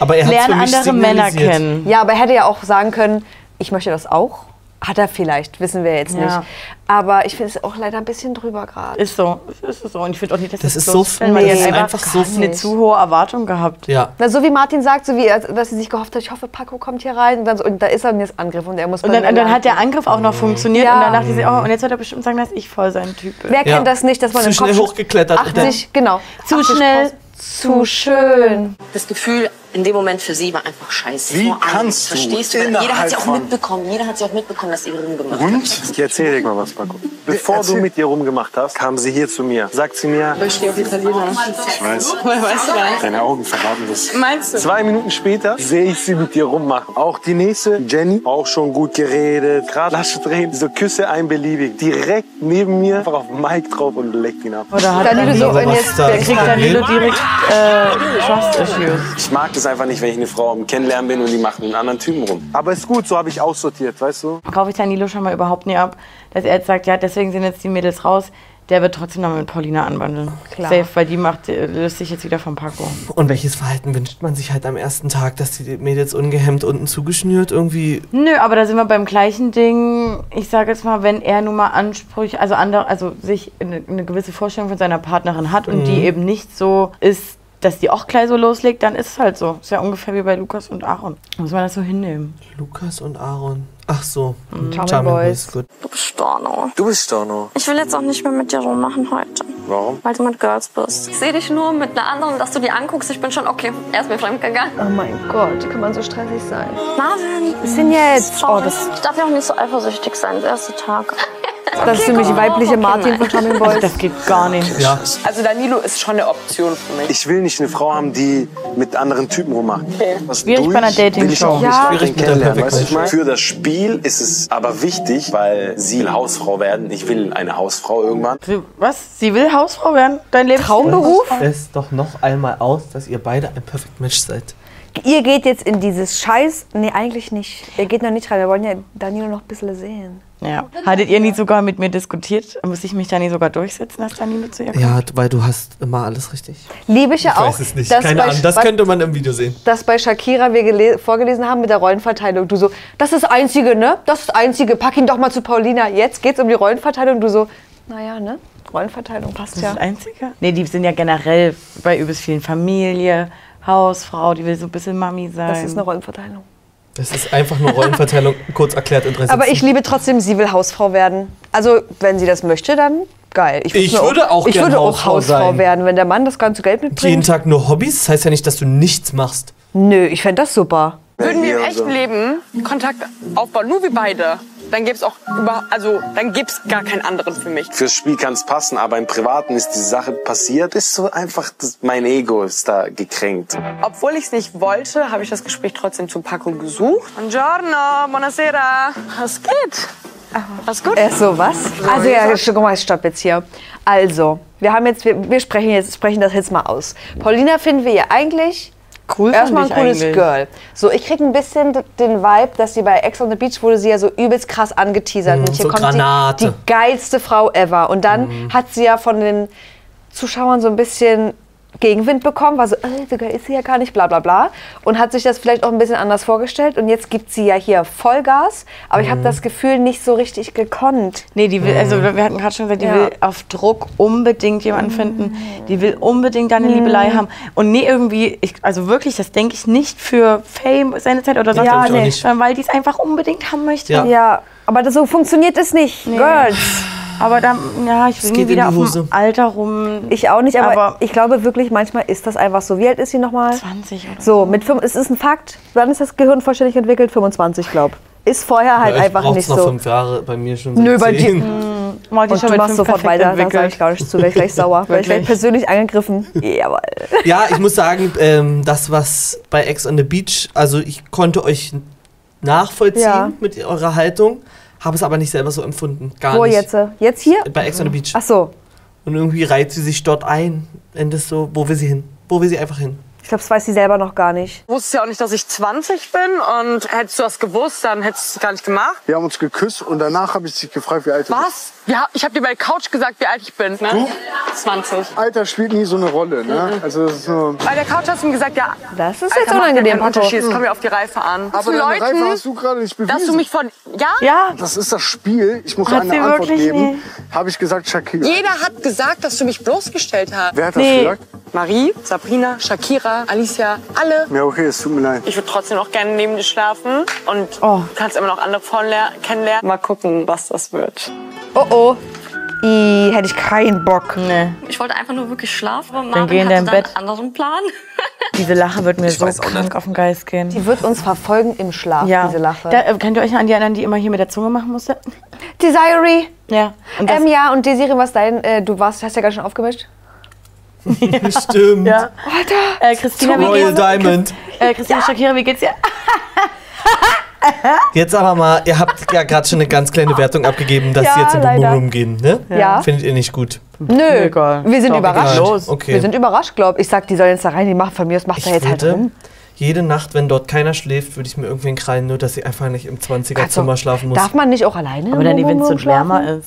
Aber er hat für mich signalisiert. ja, aber er hätte ja auch sagen können, ich möchte das auch. Hat er vielleicht, wissen wir jetzt Ja. nicht. Aber ich finde es auch leider ein bisschen drüber gerade. Ist so, ist es so. Und ich finde auch nicht, dass Das es ist so bloßstellen, weil nee, die das hat ist einfach, einfach so eine nicht. zu hohe Erwartung gehabt. Ja. Na, so wie Martin sagt, so wie er, dass sie sich gehofft hat, ich hoffe, Paco kommt hier rein. Und, dann so, und da ist er und jetzt Angriff und er muss Und bei dann, mir und dann hat der landen. Angriff auch Mhm. noch funktioniert Ja. und dann dachte ich, oh, und jetzt wird er bestimmt sagen, dass ich voll sein Typ bin. Wer kennt das nicht, dass man Zu im Kopf schnell hochgeklettert. 80, genau. Zu 80 schnell, Prozent. zu schön. Das Gefühl in dem Moment für sie war einfach scheiße. Wie Nur Angst, kannst du Verstehst du? Weil innerhalb Jeder hat sie auch von- mitbekommen. Jeder hat sie auch mitbekommen, dass sie rumgemacht hat. Und? Ich erzähl dir mal was, Paco. Bevor du mit ihr rumgemacht hast, kam sie hier zu mir. Sagt sie mir, Ich stehe auf Italiener. ich weiß, Woher weißt du das? deine Augen verraten das. Meinst du? Zwei Minuten später sehe ich sie mit dir rummachen. Auch die nächste, Jenny, auch schon gut geredet, gerade Lasche drehen, so Küsse ein beliebig. Direkt neben mir, einfach auf Mike drauf und leckt ihn ab. Oder hat Danilo so, und jetzt kriegt Danilo direkt äh, Trust-Issues. Ich mag das einfach nicht, wenn ich eine Frau am Kennenlernen bin und die macht einen anderen Typen rum. Aber ist gut, so habe ich aussortiert, weißt du? Kaufe ich Danilo schon mal überhaupt nie ab, dass er jetzt sagt, ja, deswegen sind jetzt die Mädels raus. Der wird trotzdem noch mit Paulina anwandeln. Klar. Safe, weil die macht, äh, löst sich jetzt wieder vom um. Paco. Und welches Verhalten wünscht man sich halt am ersten Tag, dass die Mädels ungehemmt unten zugeschnürt irgendwie Nö, aber da sind wir beim gleichen Ding. Ich sage jetzt mal, wenn er nun mal Ansprüche, also andere, also sich eine, eine gewisse Vorstellung von seiner Partnerin hat und Mhm. die eben nicht so ist, dass die auch gleich so loslegt, dann ist es halt so. Ist ja ungefähr wie bei Lukas und Aaron. Muss man das so hinnehmen. Lukas und Aaron. Ach so. Mhm. Charming Boys. Gut. Du bist Storno. Du bist Storno. Ich will jetzt auch nicht mehr mit dir rummachen heute, Warum? weil du mit Girls bist. Ich sehe dich nur mit einer anderen, dass du die anguckst. Ich bin schon okay. Er ist mir fremdgegangen. Oh mein Gott, kann man so stressig sein. Marvin, Was ist denn jetzt? Oh, das, ich darf ja auch nicht so eifersüchtig sein. Der erste Tag. das ist für mich die weibliche Ah. Martin von Charming Boys. Also Das geht gar nicht. Ja. Also Danilo ist schon eine Option für mich. Ich will nicht eine Frau haben, die mit anderen Typen rummacht. Was Schwierig durch, bei einer Dating-Show. will ich auch Ja. nicht Schwierig mit mit der kennenlernen, weißt du, was ich Perfektion. meine? Für das Spiel ist es aber wichtig, weil sie will Hausfrau werden. Ich will eine Hausfrau irgendwann. Sie, was? Sie will Hausfrau werden? Dein Leben? Traumberuf? Es doch noch einmal aus, dass ihr beide ein Perfect Match seid. Ihr geht jetzt in dieses Scheiß. Nee, eigentlich nicht. Ihr geht noch nicht rein. Wir wollen ja Danilo noch ein bisschen sehen. Ja. Hattet ihr nie sogar mit mir diskutiert? Muss ich mich da nie sogar durchsetzen, dass Danilo zu ihr kommt? Ja, weil du hast immer alles richtig. Liebe ich ja ich auch. weiß es nicht. dass Keine bei- Ahnung. Das bei- könnte man im Video sehen. dass bei Shakira wir gele- vorgelesen haben mit der Rollenverteilung. Du so, das ist das Einzige, ne? Das ist das Einzige. Pack ihn doch mal zu Paulina. Jetzt geht's um die Rollenverteilung. Du so, naja, ne? Rollenverteilung passt Das ja. ist das Einzige? Nee, die sind ja generell bei übelst vielen Familie, Hausfrau, die will so ein bisschen Mami sein. Das ist eine Rollenverteilung. Das ist einfach nur Rollenverteilung, kurz erklärt in drei Aber Sätzen. ich liebe trotzdem, sie will Hausfrau werden. Also, wenn sie das möchte, dann geil. würd Ich mir würde auch Ich gern würde auch Hausfrau Hausfrau sein. werden, wenn der Mann das ganze Geld mitbringt. Jeden Tag nur Hobbys, heißt ja nicht, dass du nichts machst. Nö, ich fände das super. Würden wir im echten Leben Kontakt aufbauen, nur wir beide, dann gäbe es auch über, also dann gibt's gar keinen anderen für mich. Fürs Spiel kann es passen, aber im Privaten ist die Sache passiert. Ist so einfach, das, mein Ego ist da gekränkt. Obwohl ich es nicht wollte, habe ich das Gespräch trotzdem zu Paco gesucht. Buongiorno, buonasera. Was geht? Was gut? Äh, so was? Also ja, guck mal, ich stopp jetzt hier. Also, wir haben jetzt, wir, wir sprechen jetzt, sprechen das jetzt mal aus. Paulina finden wir ja eigentlich Cool fand erstmal ein ich cooles eigentlich. Girl. So, ich krieg ein bisschen d- den Vibe, dass sie bei Ex on the Beach wurde sie ja so übelst krass angeteasert. Mhm, Und hier so kommt die, Granate. Mhm. die geilste Frau ever. Und dann hat sie ja von den Zuschauern so ein bisschen Gegenwind bekommen, war so, äh, so geil ist sie ja gar nicht, bla bla bla. Und hat sich das vielleicht auch ein bisschen anders vorgestellt. Und jetzt gibt sie ja hier Vollgas, aber ich habe Mhm. das Gefühl nicht so richtig gekonnt. Nee, die will, also wir hatten gerade schon gesagt, die Ja. Mhm. will auf Druck unbedingt jemanden finden. Die will unbedingt deine Liebelei haben. Und nee, irgendwie, ich, also wirklich, das denke ich nicht für Fame seine Zeit oder sonst Ja, was, nee. nicht. sondern weil die es einfach unbedingt haben möchte. Ja. aber das, so funktioniert es nicht, Girls. Aber dann, ja, ich will nie wieder auf dem Alter rum. Ich auch nicht, aber, ich glaube wirklich, manchmal ist das einfach so. Wie alt ist sie nochmal? 20 oder so. Mit fünf, es ist ein Fakt, wann ist das Gehirn vollständig entwickelt? 25, glaube Ist vorher halt Bei euch einfach braucht's nicht noch so. fünf Jahre, bei mir schon Nö, bei dir. zehn. Mm, Mal die Und schon du mit fünf machst sofort perfekt weiter, da sage entwickelt. ich gar nicht zu, wäre ich gleich sauer. Wäre ich gleich Wirklich. persönlich angegriffen. Jawohl. Ja, ich muss sagen, ähm, das was bei Ex on the Beach, also ich konnte euch nachvollziehen Ja. mit eurer Haltung, habe es aber nicht selber so empfunden, gar Wo nicht. jetzt? Jetzt hier? Bei Ex on the Beach. Ach so. Und irgendwie reiht sie sich dort ein, endes so, wo will sie hin? Wo will sie einfach hin? Ich glaube, das weiß sie selber noch gar nicht. Wusstest ja auch nicht, dass ich 20 bin und hättest du das gewusst, dann hättest du es gar nicht gemacht. Wir haben uns geküsst und danach habe ich dich gefragt, wie alt du bist. Was? Ja, ich habe dir bei der Couch gesagt, wie alt ich bin. Ne? Du? 20. Alter spielt nie so eine Rolle, ne? Mhm. Also das ist nur. Bei der Couch hast du mir gesagt, ja. Das ist jetzt unangenehm, Paco. Unterschied. Es Mhm. kommt ja auf die Reife an. Aber Zu deine Leuten, Reife hast du gerade nicht bewiesen. Dass du mich von. Ja? Das ist das Spiel. Ich muss Hat sie eine Antwort wirklich geben. nie? Habe ich gesagt, Shakira. Jeder hat gesagt, dass du mich bloßgestellt hast. Wer hat das gesagt? Marie, Sabrina, Shakira, Alicia, alle. Ja, okay, es tut mir leid. Ich würde trotzdem noch gerne neben dir schlafen und Oh. du kannst immer noch andere Frauen lehr- kennenlernen. Mal gucken, was das wird. Oh oh. I, hätte ich keinen Bock. Nee. Ich wollte einfach nur wirklich schlafen, aber geh in Marvin dein hatte dann Bett. einen anderen Plan. Diese Lache wird mir so krank auf den Geist gehen. Die wird uns verfolgen im Schlaf, ja. diese Lache. Da, äh, könnt ihr euch noch an die erinnern, die immer hier mit der Zunge machen musste? Desiree. Ja. Und das- Ähm, ja, und Desiree, was dein, äh, du warst, hast ja gerade schon aufgemischt. Stimmt. Ja. Alter. Äh, Christina, wie Royal geht's also- Diamond. Äh, Christina Shakira, wie geht's dir? Jetzt aber mal, ihr habt ja gerade schon eine ganz kleine Wertung abgegeben, dass Ja, sie jetzt in Boom leider. Boom Room gehen, ne? Ja. Findet ihr nicht gut? Nö, wir sind Doch, überrascht. egal. Los. Okay. Wir sind überrascht, glaub ich. Ich sag, die sollen jetzt da rein, die machen von mir, das macht er jetzt halt Würde rum. Jede Nacht, wenn dort keiner schläft, würde ich mir irgendwen krallen, nur dass sie einfach nicht im 20er-Zimmer schlafen muss. Also, Darf man nicht auch alleine? Aber dann, im wenn es so Wohnmobil schlafen? wärmer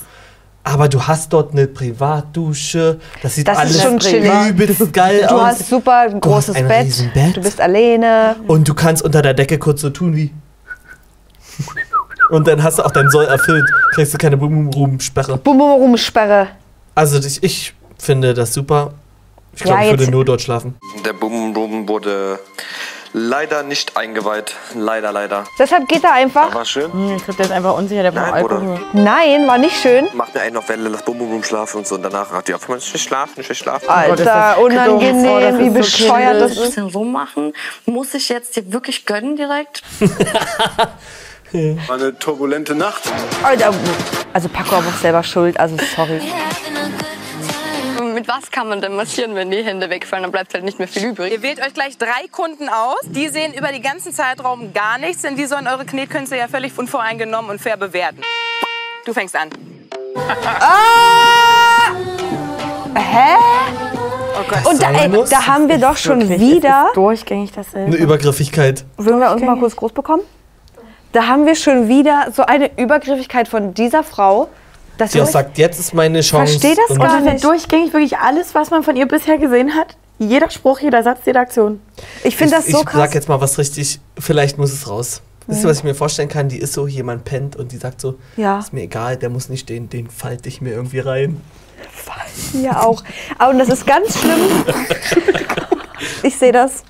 Aber du hast dort eine Privatdusche. Das sieht Das alles ist schon chillig. übelst geil Du aus. hast super ein Du hast großes ein Bett. Riesenbett. Du bist alleine. Und du kannst unter der Decke kurz so tun wie. Und dann hast du auch dein Soll erfüllt. Kriegst du keine Bum-Bum-Sperre. Bum bum rum Sperre. Also ich, ich finde das super. Ich Ja, glaube, ich würde jetzt- nur dort schlafen. Der Boom Room wurde leider nicht eingeweiht. Leider, leider. Deshalb geht er einfach. War schön. Hm, Ich glaube, der ist einfach unsicher, der braucht Nein, Bruder. Alkohol. Nein, war nicht schön. Oh Macht mir einen auf Welle, lass Boom Boom Room schlafen und so. Und danach hat die auf einmal, ich will schlafen, ich will schlafen. Oh, Alter, unangenehm, Oh, wie bescheuert das Ein ist. bisschen rummachen. Muss ich jetzt dir wirklich gönnen direkt? War eine turbulente Nacht. Alter. Also Paco aber auch selber schuld, also sorry. Mit was kann man denn massieren, wenn die Hände wegfallen? Dann bleibt halt nicht mehr viel übrig. Ihr wählt euch gleich drei Kunden aus. Die sehen über den ganzen Zeitraum gar nichts, denn die sollen eure Knetkünste ja völlig unvoreingenommen und fair bewerten. Du fängst an. Hä? Und da, ey, da haben wir doch schon wieder. Durchgängig dasselbe. Eine Übergriffigkeit. Würden wir uns mal kurz groß bekommen? Da haben wir schon wieder so eine Übergriffigkeit von dieser Frau, dass Die auch wir- sagt, jetzt ist meine Chance. verstehe das Und- gar Und das ist durchgängig wirklich alles, was man von ihr bisher gesehen hat. Jeder Spruch, jeder Satz, jede Aktion. Ich finde das ich so sag krass. jetzt mal was richtig, vielleicht muss es raus. Wisst ihr, Mhm. was ich mir vorstellen kann? Die ist so, jemand pennt und die sagt so, Ja. ist mir egal, der muss nicht stehen, den falte ich mir irgendwie rein. Ja, auch. Aber und das ist ganz schlimm. Ich sehe das.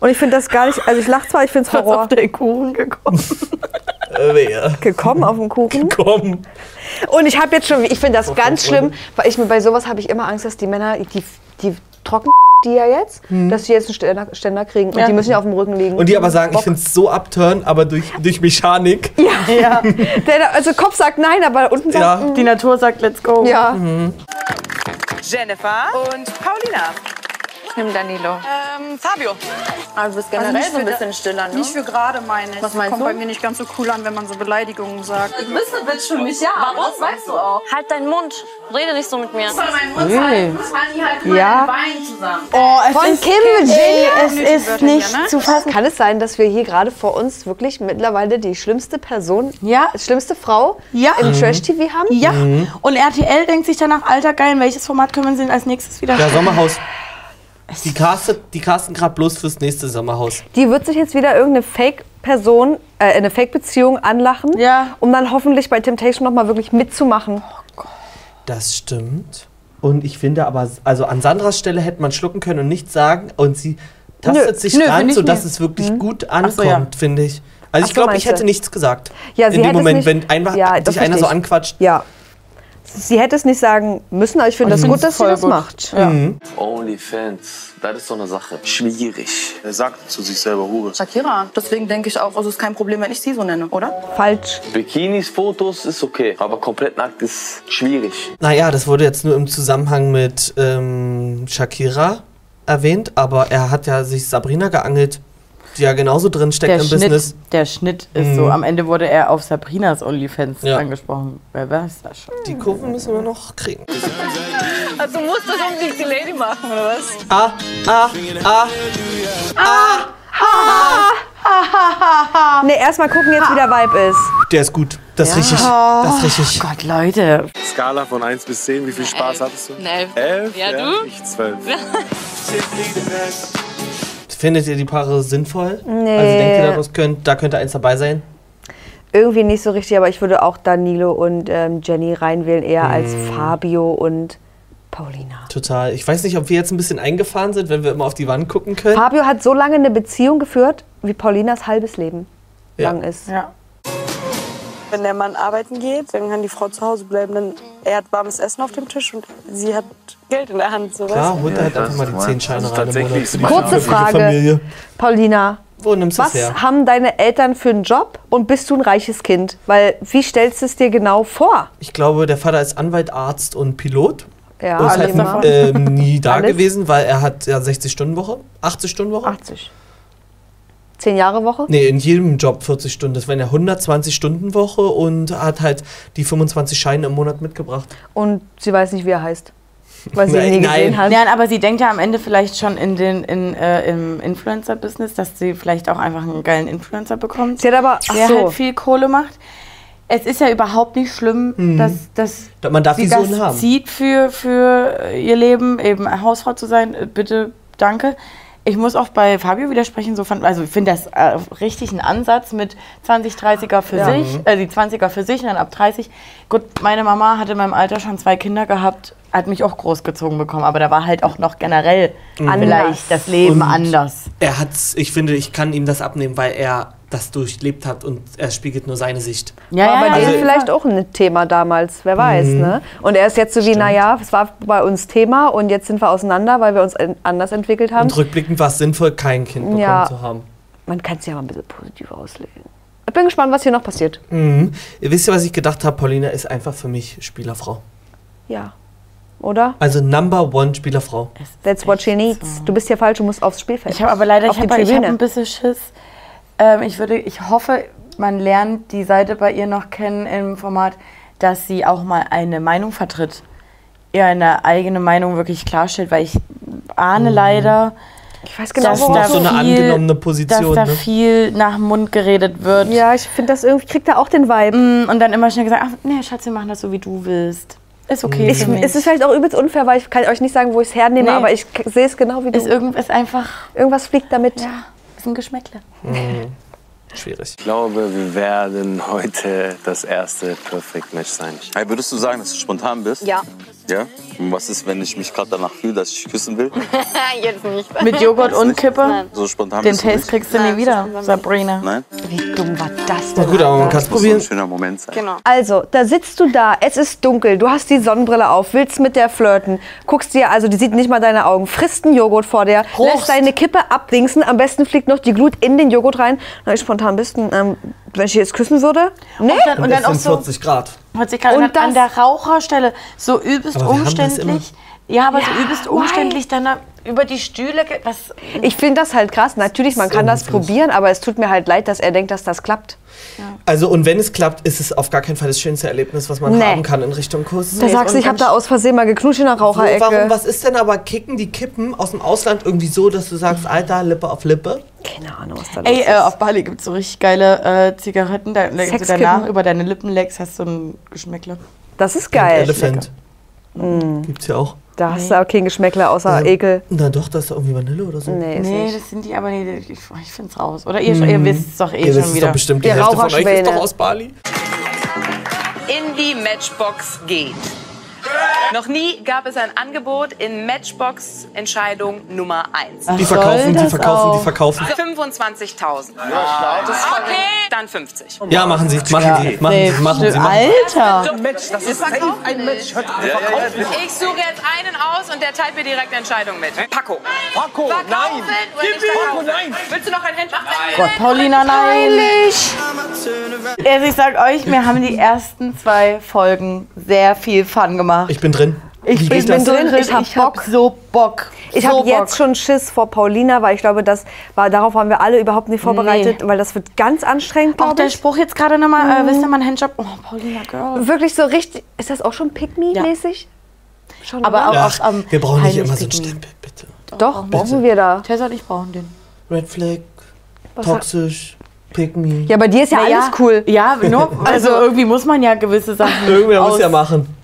Und ich finde das gar nicht. Also, ich lache zwar, ich finde es Horror. auf den Kuchen gekommen. Äh, Gekommen auf den Kuchen. Gekommen. Und ich habe jetzt schon, ich finde das ganz schlimm, weil ich mir bei sowas habe ich immer Angst, dass die Männer, die, die trocken die ja jetzt, dass sie jetzt einen Ständer, Ständer kriegen. Und Ja. die müssen ja auf dem Rücken liegen. Hm. Und die aber sagen, ich Bock. finde es so upturn, aber durch, durch Mechanik. Ja. Der, also Kopf sagt nein, aber unten sagt Ja. Mhm. Die Natur sagt let's go. Ja. Jennifer und Paulina. Ich nehme Danilo. Ähm, Fabio. Also bist generell so ein bisschen stiller, ne? Nicht für gerade, meine ich. Was meinst Kommt du? bei mir nicht ganz so cool an, wenn man so Beleidigungen sagt. Du bist ein Bitch für mich, ja. Warum? Weißt du auch. Halt deinen Mund. Rede nicht so mit mir. Soll mein Mund halten? Ja. Oh, es Von ist- Kim ey, Virginia? es Unnötige ist Wörter hier, nicht ne? zu fassen. Kann es sein, dass wir hier gerade vor uns wirklich mittlerweile die schlimmste Person, ja. schlimmste Frau Ja. im Mhm. Trash-TV haben? Ja. Mhm. Und RTL denkt sich danach, alter geil, in welches Format können wir sie als nächstes wieder Ja, Sommerhaus. Die castet, die casten gerade bloß fürs nächste Sommerhaus. Die wird sich jetzt wieder irgendeine Fake-Person, äh, eine Fake-Beziehung anlachen, um dann hoffentlich bei Temptation nochmal wirklich mitzumachen. Das stimmt. Und ich finde aber, also an Sandras Stelle hätte man schlucken können und nichts sagen. Und sie tastet Nö, sich nö, ran, finde ich sodass nicht. Hm? es wirklich gut ankommt, so, ja. finde ich. Also Ach so, ich glaube, meinst ich hätte du? nichts gesagt. Ja, sie In dem hätte es Moment, nicht- wenn einfach Ja, das dich einer so richtig. anquatscht. Ja. Sie hätte es nicht sagen müssen, aber ich finde das Ich gut, find's dass sie voll das gut. macht. Onlyfans, das ist so eine Sache. Schwierig. Er sagt zu sich selber Hure. Shakira. Deswegen denke ich auch, es ist kein Problem, wenn ich sie so nenne, oder? Falsch. Bikinis, Fotos ist okay, aber komplett nackt ist schwierig. Naja, das wurde jetzt nur im Zusammenhang mit ähm, Shakira erwähnt, aber er hat ja sich Sabrina geangelt, die ja genauso drin steckt der im Schnitt, Business. Der Schnitt ist Mhm. so. Am Ende wurde er auf Sabrinas OnlyFans Ja. angesprochen. Wer weiß das schon? Die Kurve müssen wir noch kriegen. Also musst du unbedingt die Lady machen, oder was? Ah, ah, ah. Ah! Nee, erstmal gucken jetzt, wie der Vibe ist. Der ist gut. Das ist Ja. richtig. Das ist richtig. Gott, Leute. Skala von 1 bis 10, wie viel Spaß hattest du? Eine Elf. Elf? Ja, du? Ich zwölf. Findet ihr die Paare sinnvoll? Nee. Also denkt ihr, da, was könnt, da könnte eins dabei sein? Irgendwie nicht so richtig, aber ich würde auch Danilo und ähm, Jenny reinwählen, eher als Mm. Fabio und Total. Ich weiß nicht, ob wir jetzt ein bisschen eingefahren sind, wenn wir immer auf die Wand gucken können. Fabio hat so lange eine Beziehung geführt, wie Paulinas halbes Leben Ja. lang ist. Wenn der Mann arbeiten geht, dann kann die Frau zu Hause bleiben. Denn er hat warmes Essen auf dem Tisch und sie hat Geld in der Hand. So weißt Klar, du? holt er halt einfach mal die 10 Scheine Also rein. im tatsächlich Monat ist für die die Kurze Familie. Frage. Familie. Paulina, Wo nimmst du es was her? haben deine Eltern für einen Job und bist du ein reiches Kind? Weil wie stellst du es dir genau vor? Ich glaube, der Vater ist Anwalt, Arzt und Pilot. Ja, und ist alles davon. halt ähm, nie da Alles. gewesen, weil er hat ja 60-Stunden-Woche, 80-Stunden-Woche. 80. Zehn Jahre Woche? Nee, in jedem Job 40 Stunden. Das wären ja 120-Stunden-Woche und hat halt die 25 Scheine im Monat mitgebracht. Und sie weiß nicht, wie er heißt. Weil sie ihn nie gesehen hat. Nein, aber sie denkt ja am Ende vielleicht schon in den, in, äh, im Influencer-Business, dass sie vielleicht auch einfach einen geilen Influencer bekommt. Sie hat aber ach der so. halt viel Kohle macht. Es ist ja überhaupt nicht schlimm, Mhm. dass, dass Da- man darf sie die das Sohn haben. zieht für, für äh, ihr Leben, eben Hausfrau zu sein. Äh, Bitte, danke. Ich muss auch bei Fabio widersprechen, so fand, also ich finde das äh, richtig einen Ansatz mit 20, 30er für Ja. sich, Mhm. äh, die 20er für sich und dann ab 30. Gut, meine Mama hatte in meinem Alter schon zwei Kinder gehabt, hat mich auch großgezogen bekommen, aber da war halt auch noch generell Mhm. vielleicht das Leben Und anders. Er hat's, ich finde, ich kann ihm das abnehmen, weil er das durchlebt hat und er spiegelt nur seine Sicht. war bei denen Also- vielleicht auch ein Thema damals, wer weiß. Mhm. Ne? Und er ist jetzt so wie, naja, es war bei uns Thema und jetzt sind wir auseinander, weil wir uns en- anders entwickelt haben. Und rückblickend war es sinnvoll, kein Kind bekommen Ja. zu haben. Man kann es ja mal ein bisschen positiv auslegen. Ich bin gespannt, was hier noch passiert. Mhm. Ihr wisst ja, was ich gedacht habe, Paulina ist einfach für mich Spielerfrau. Ja. Oder? Also Number One Spielerfrau. That's what she needs. Du bist hier falsch, du musst aufs Spielfeld. Ich habe aber leider, auf ich die habe ich hab Tribüne. ein bisschen Schiss. Ähm, ich würde, ich hoffe, man lernt die Seite bei ihr noch kennen im Format, dass sie auch mal eine Meinung vertritt. Ihr eine eigene Meinung wirklich klarstellt, weil ich ahne Mhm. leider, ich weiß genau, worauf du- So eine angenommene Position, dass da ne? viel nach dem Mund geredet wird. Ja, ich finde das irgendwie, kriegt er auch den Vibe. Und dann immer schnell gesagt, ach nee, Schatz, wir machen das so, wie du willst. Ist okay Ich, für mich. es Mhm. halt ist vielleicht auch übelst unfair, weil ich kann euch nicht sagen, wo ich es hernehme, Nee. aber ich k- sehe es genau wie du. Ist irgendwas einfach... Irgendwas fliegt damit. Ja, ist ein Geschmäckle. Schwierig. Ich glaube, wir werden heute das erste Perfect Match sein. Hey, würdest du sagen, dass du spontan bist? Ja. Ja? Und was ist, wenn ich mich gerade danach fühle, dass ich küssen will? Jetzt nicht. Mit Joghurt und Kippe? So spontan Den bist du Taste nicht? kriegst du nie wieder, Sabrina. Nein? Wie um dumm war das Na denn? gut, aber man kann es Alter? probieren. Das muss so ein schöner Moment sein. Genau. Also, da sitzt du da, es ist dunkel, du hast die Sonnenbrille auf, willst mit der flirten, guckst dir, also die sieht nicht mal deine Augen, frisst einen Joghurt vor dir, lässt deine Kippe abdingsen, am besten fliegt noch die Glut in den Joghurt rein. Na, ich spontan bist du, ähm, wenn ich jetzt küssen würde? Nee. dann- und dann auch so- 40 Grad. Hört sich gerade Und an, an der Raucherstelle so übelst Aber wir haben das umständlich. Ja, aber so übelst umständlich dann da über die Stühle. ge- Was? Ich finde das halt krass. Natürlich, man kann das probieren, aber es tut mir halt leid, dass er denkt, dass das klappt. Also, und wenn es klappt, ist es auf gar keinen Fall das schönste Erlebnis, was man Nee. haben kann in Richtung Kuss. Da sagst du, ich habe da aus Versehen mal geknutscht in der Raucherecke. Wo, warum, was ist denn aber Kicken die Kippen aus dem Ausland irgendwie so, dass du sagst, Alter, Lippe auf Lippe? Keine Ahnung, was da Ey, äh, auf Bali gibt es so richtig geile äh, Zigaretten. Da, da Sexkippen. danach über deine Lippen leckst, hast du ein Geschmäckle. Das ist geil. Elephant. Mhm. Gibt's ja auch. Da hast du auch kein Geschmäckle außer Ähm, Ekel. Na doch, da ist doch irgendwie Vanille oder so. Nee, ist Nee, nicht. das sind die aber nicht. Ich, ich find's raus. Oder ihr, ihr wisst es doch eh Hm. Ihr schon wisst es wieder. doch bestimmt, die Ihr Hälfte von euch ist Raucherschwäne. doch aus Bali. in die Matchbox geht. Noch nie gab es ein Angebot in Matchbox Entscheidung Nummer 1. Die verkaufen, die verkaufen, die verkaufen. 25.000. stark. Das ist okay, dann 50. Ja, machen sie, machen sie, machen sie, machen sie. Machen. Oh Alter! Match, das ist safe ein Match. Hört auf, Ja, ja, verkauft ja. nicht. Ich suche jetzt einen aus und der teilt mir direkt eine Entscheidung mit. Paco. Paco, verkaufen nein. Oder Gib nicht mir- verkaufen? Paco, nein. Willst du noch ein Händchen? Gott, Paulina, nein. Also ich sag euch, mir haben die ersten zwei Folgen sehr viel Fun gemacht. Ich bin drin. Ich bin drin, ich hab Bock. so Bock. Ich So habe Bock. jetzt schon Schiss vor Paulina, weil ich glaube, das war, darauf waren wir alle überhaupt nicht vorbereitet, weil das wird ganz anstrengend. Auch glaub der ich. Spruch jetzt gerade nochmal, Mhm. äh, wisst ihr, mein Handjob. Oh, Paulina, Girl. Wirklich so richtig. Ist das auch schon Pick Me-mäßig? Schon, Aber oder? auch Ach, ähm, wir brauchen nicht immer so einen heimlich Stempel. Doch, brauchen wir da. Tessa und ich brauchen den. Red Flag, Was- toxisch, pick me. Ja, bei dir ist ja Naja, alles cool. Ja, nur, also irgendwie muss man ja gewisse Sachen. Irgendwer muss aus- ja machen.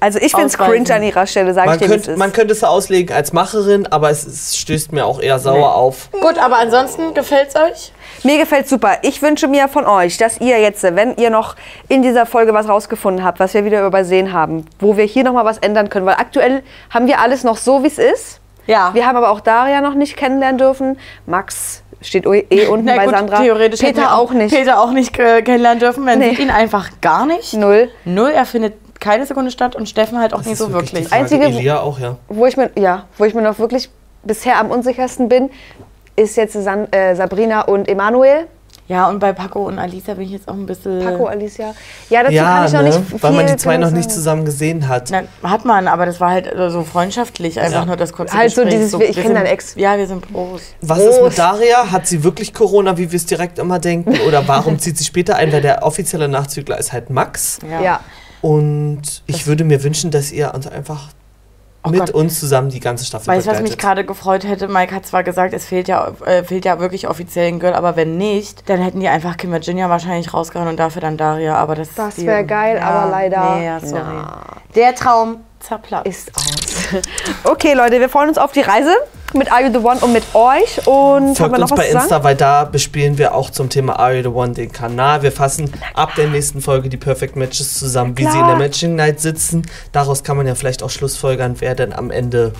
Also ich find's Ausweisen. cringe an ihrer Stelle, sage Man ich dir, wie es könnte, ist. man könnte es so auslegen als Macherin, aber es, es stößt mir auch eher sauer auf. Gut, aber ansonsten gefällt's euch? Mir gefällt super. Ich wünsche mir von euch, dass ihr jetzt, wenn ihr noch in dieser Folge was rausgefunden habt, was wir wieder übersehen haben, wo wir hier nochmal was ändern können, weil aktuell haben wir alles noch so, wie es ist. Ja. Wir haben aber auch Daria noch nicht kennenlernen dürfen. Max steht eh unten Na bei gut, Sandra. Theoretisch hätten wir Peter auch nicht. Peter auch nicht äh, kennenlernen dürfen. Man sieht ihn einfach gar nicht. Null. Null. Er findet keine Sekunde statt und Steffen halt auch nicht so wirklich. die Frage. Einzige- Elia auch, ja. Wo ich mir, ja, wo ich mir noch wirklich bisher am unsichersten bin, ist jetzt San, äh, Sabrina und Emanuel. Ja, und bei Paco und Alisa bin ich jetzt auch ein bisschen. Paco, Alicia. Ja, dazu kann ich noch ne? nicht viel weil man die zwei genau noch nicht sagen. zusammen gesehen hat. Hat man, aber das war halt so also freundschaftlich, einfach nur das kurze Halt so Gespräch. dieses, ich kenn sind- deinen Ex. Ja, wir sind Pros. Was ist mit Daria? Hat sie wirklich Corona, wie wir es direkt immer denken? Oder warum zieht sie später ein? Weil der offizielle Nachzügler ist halt Max. Ja. Ja. Und ich würde mir wünschen, dass ihr uns einfach mit uns zusammen die ganze Staffel Oh Weißt du, was begleitet. mich gerade gefreut hätte? Mike hat zwar gesagt, es fehlt ja, äh, fehlt ja wirklich offiziell ein Girl, aber wenn nicht, dann hätten die einfach Kim Virginia wahrscheinlich rausgehauen und dafür dann Daria. Aber das Das die- wäre geil, ja, aber leider. Nee, ja, sorry. Na. Der Traum zerplatzt. Ist aus. Okay, Leute, wir freuen uns auf die Reise mit Are You The One und mit euch. Und haben Folgt wir uns noch was bei zu sagen? Insta, weil da bespielen wir auch zum Thema Are You The One den Kanal. Wir fassen ab der nächsten Folge die Perfect Matches zusammen, wie sie in klar. der Matching Night sitzen. Daraus kann man ja vielleicht auch schlussfolgern, wer denn am Ende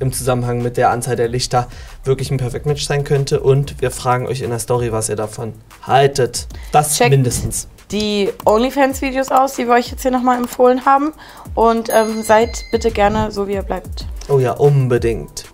im Zusammenhang mit der Anzahl der Lichter wirklich ein Perfect Match sein könnte. Und wir fragen euch in der Story, was ihr davon haltet. Das mindestens. Die OnlyFans-Videos aus, die wir euch jetzt hier nochmal empfohlen haben. Und ähm, seid bitte gerne so, wie ihr bleibt. Oh ja, unbedingt.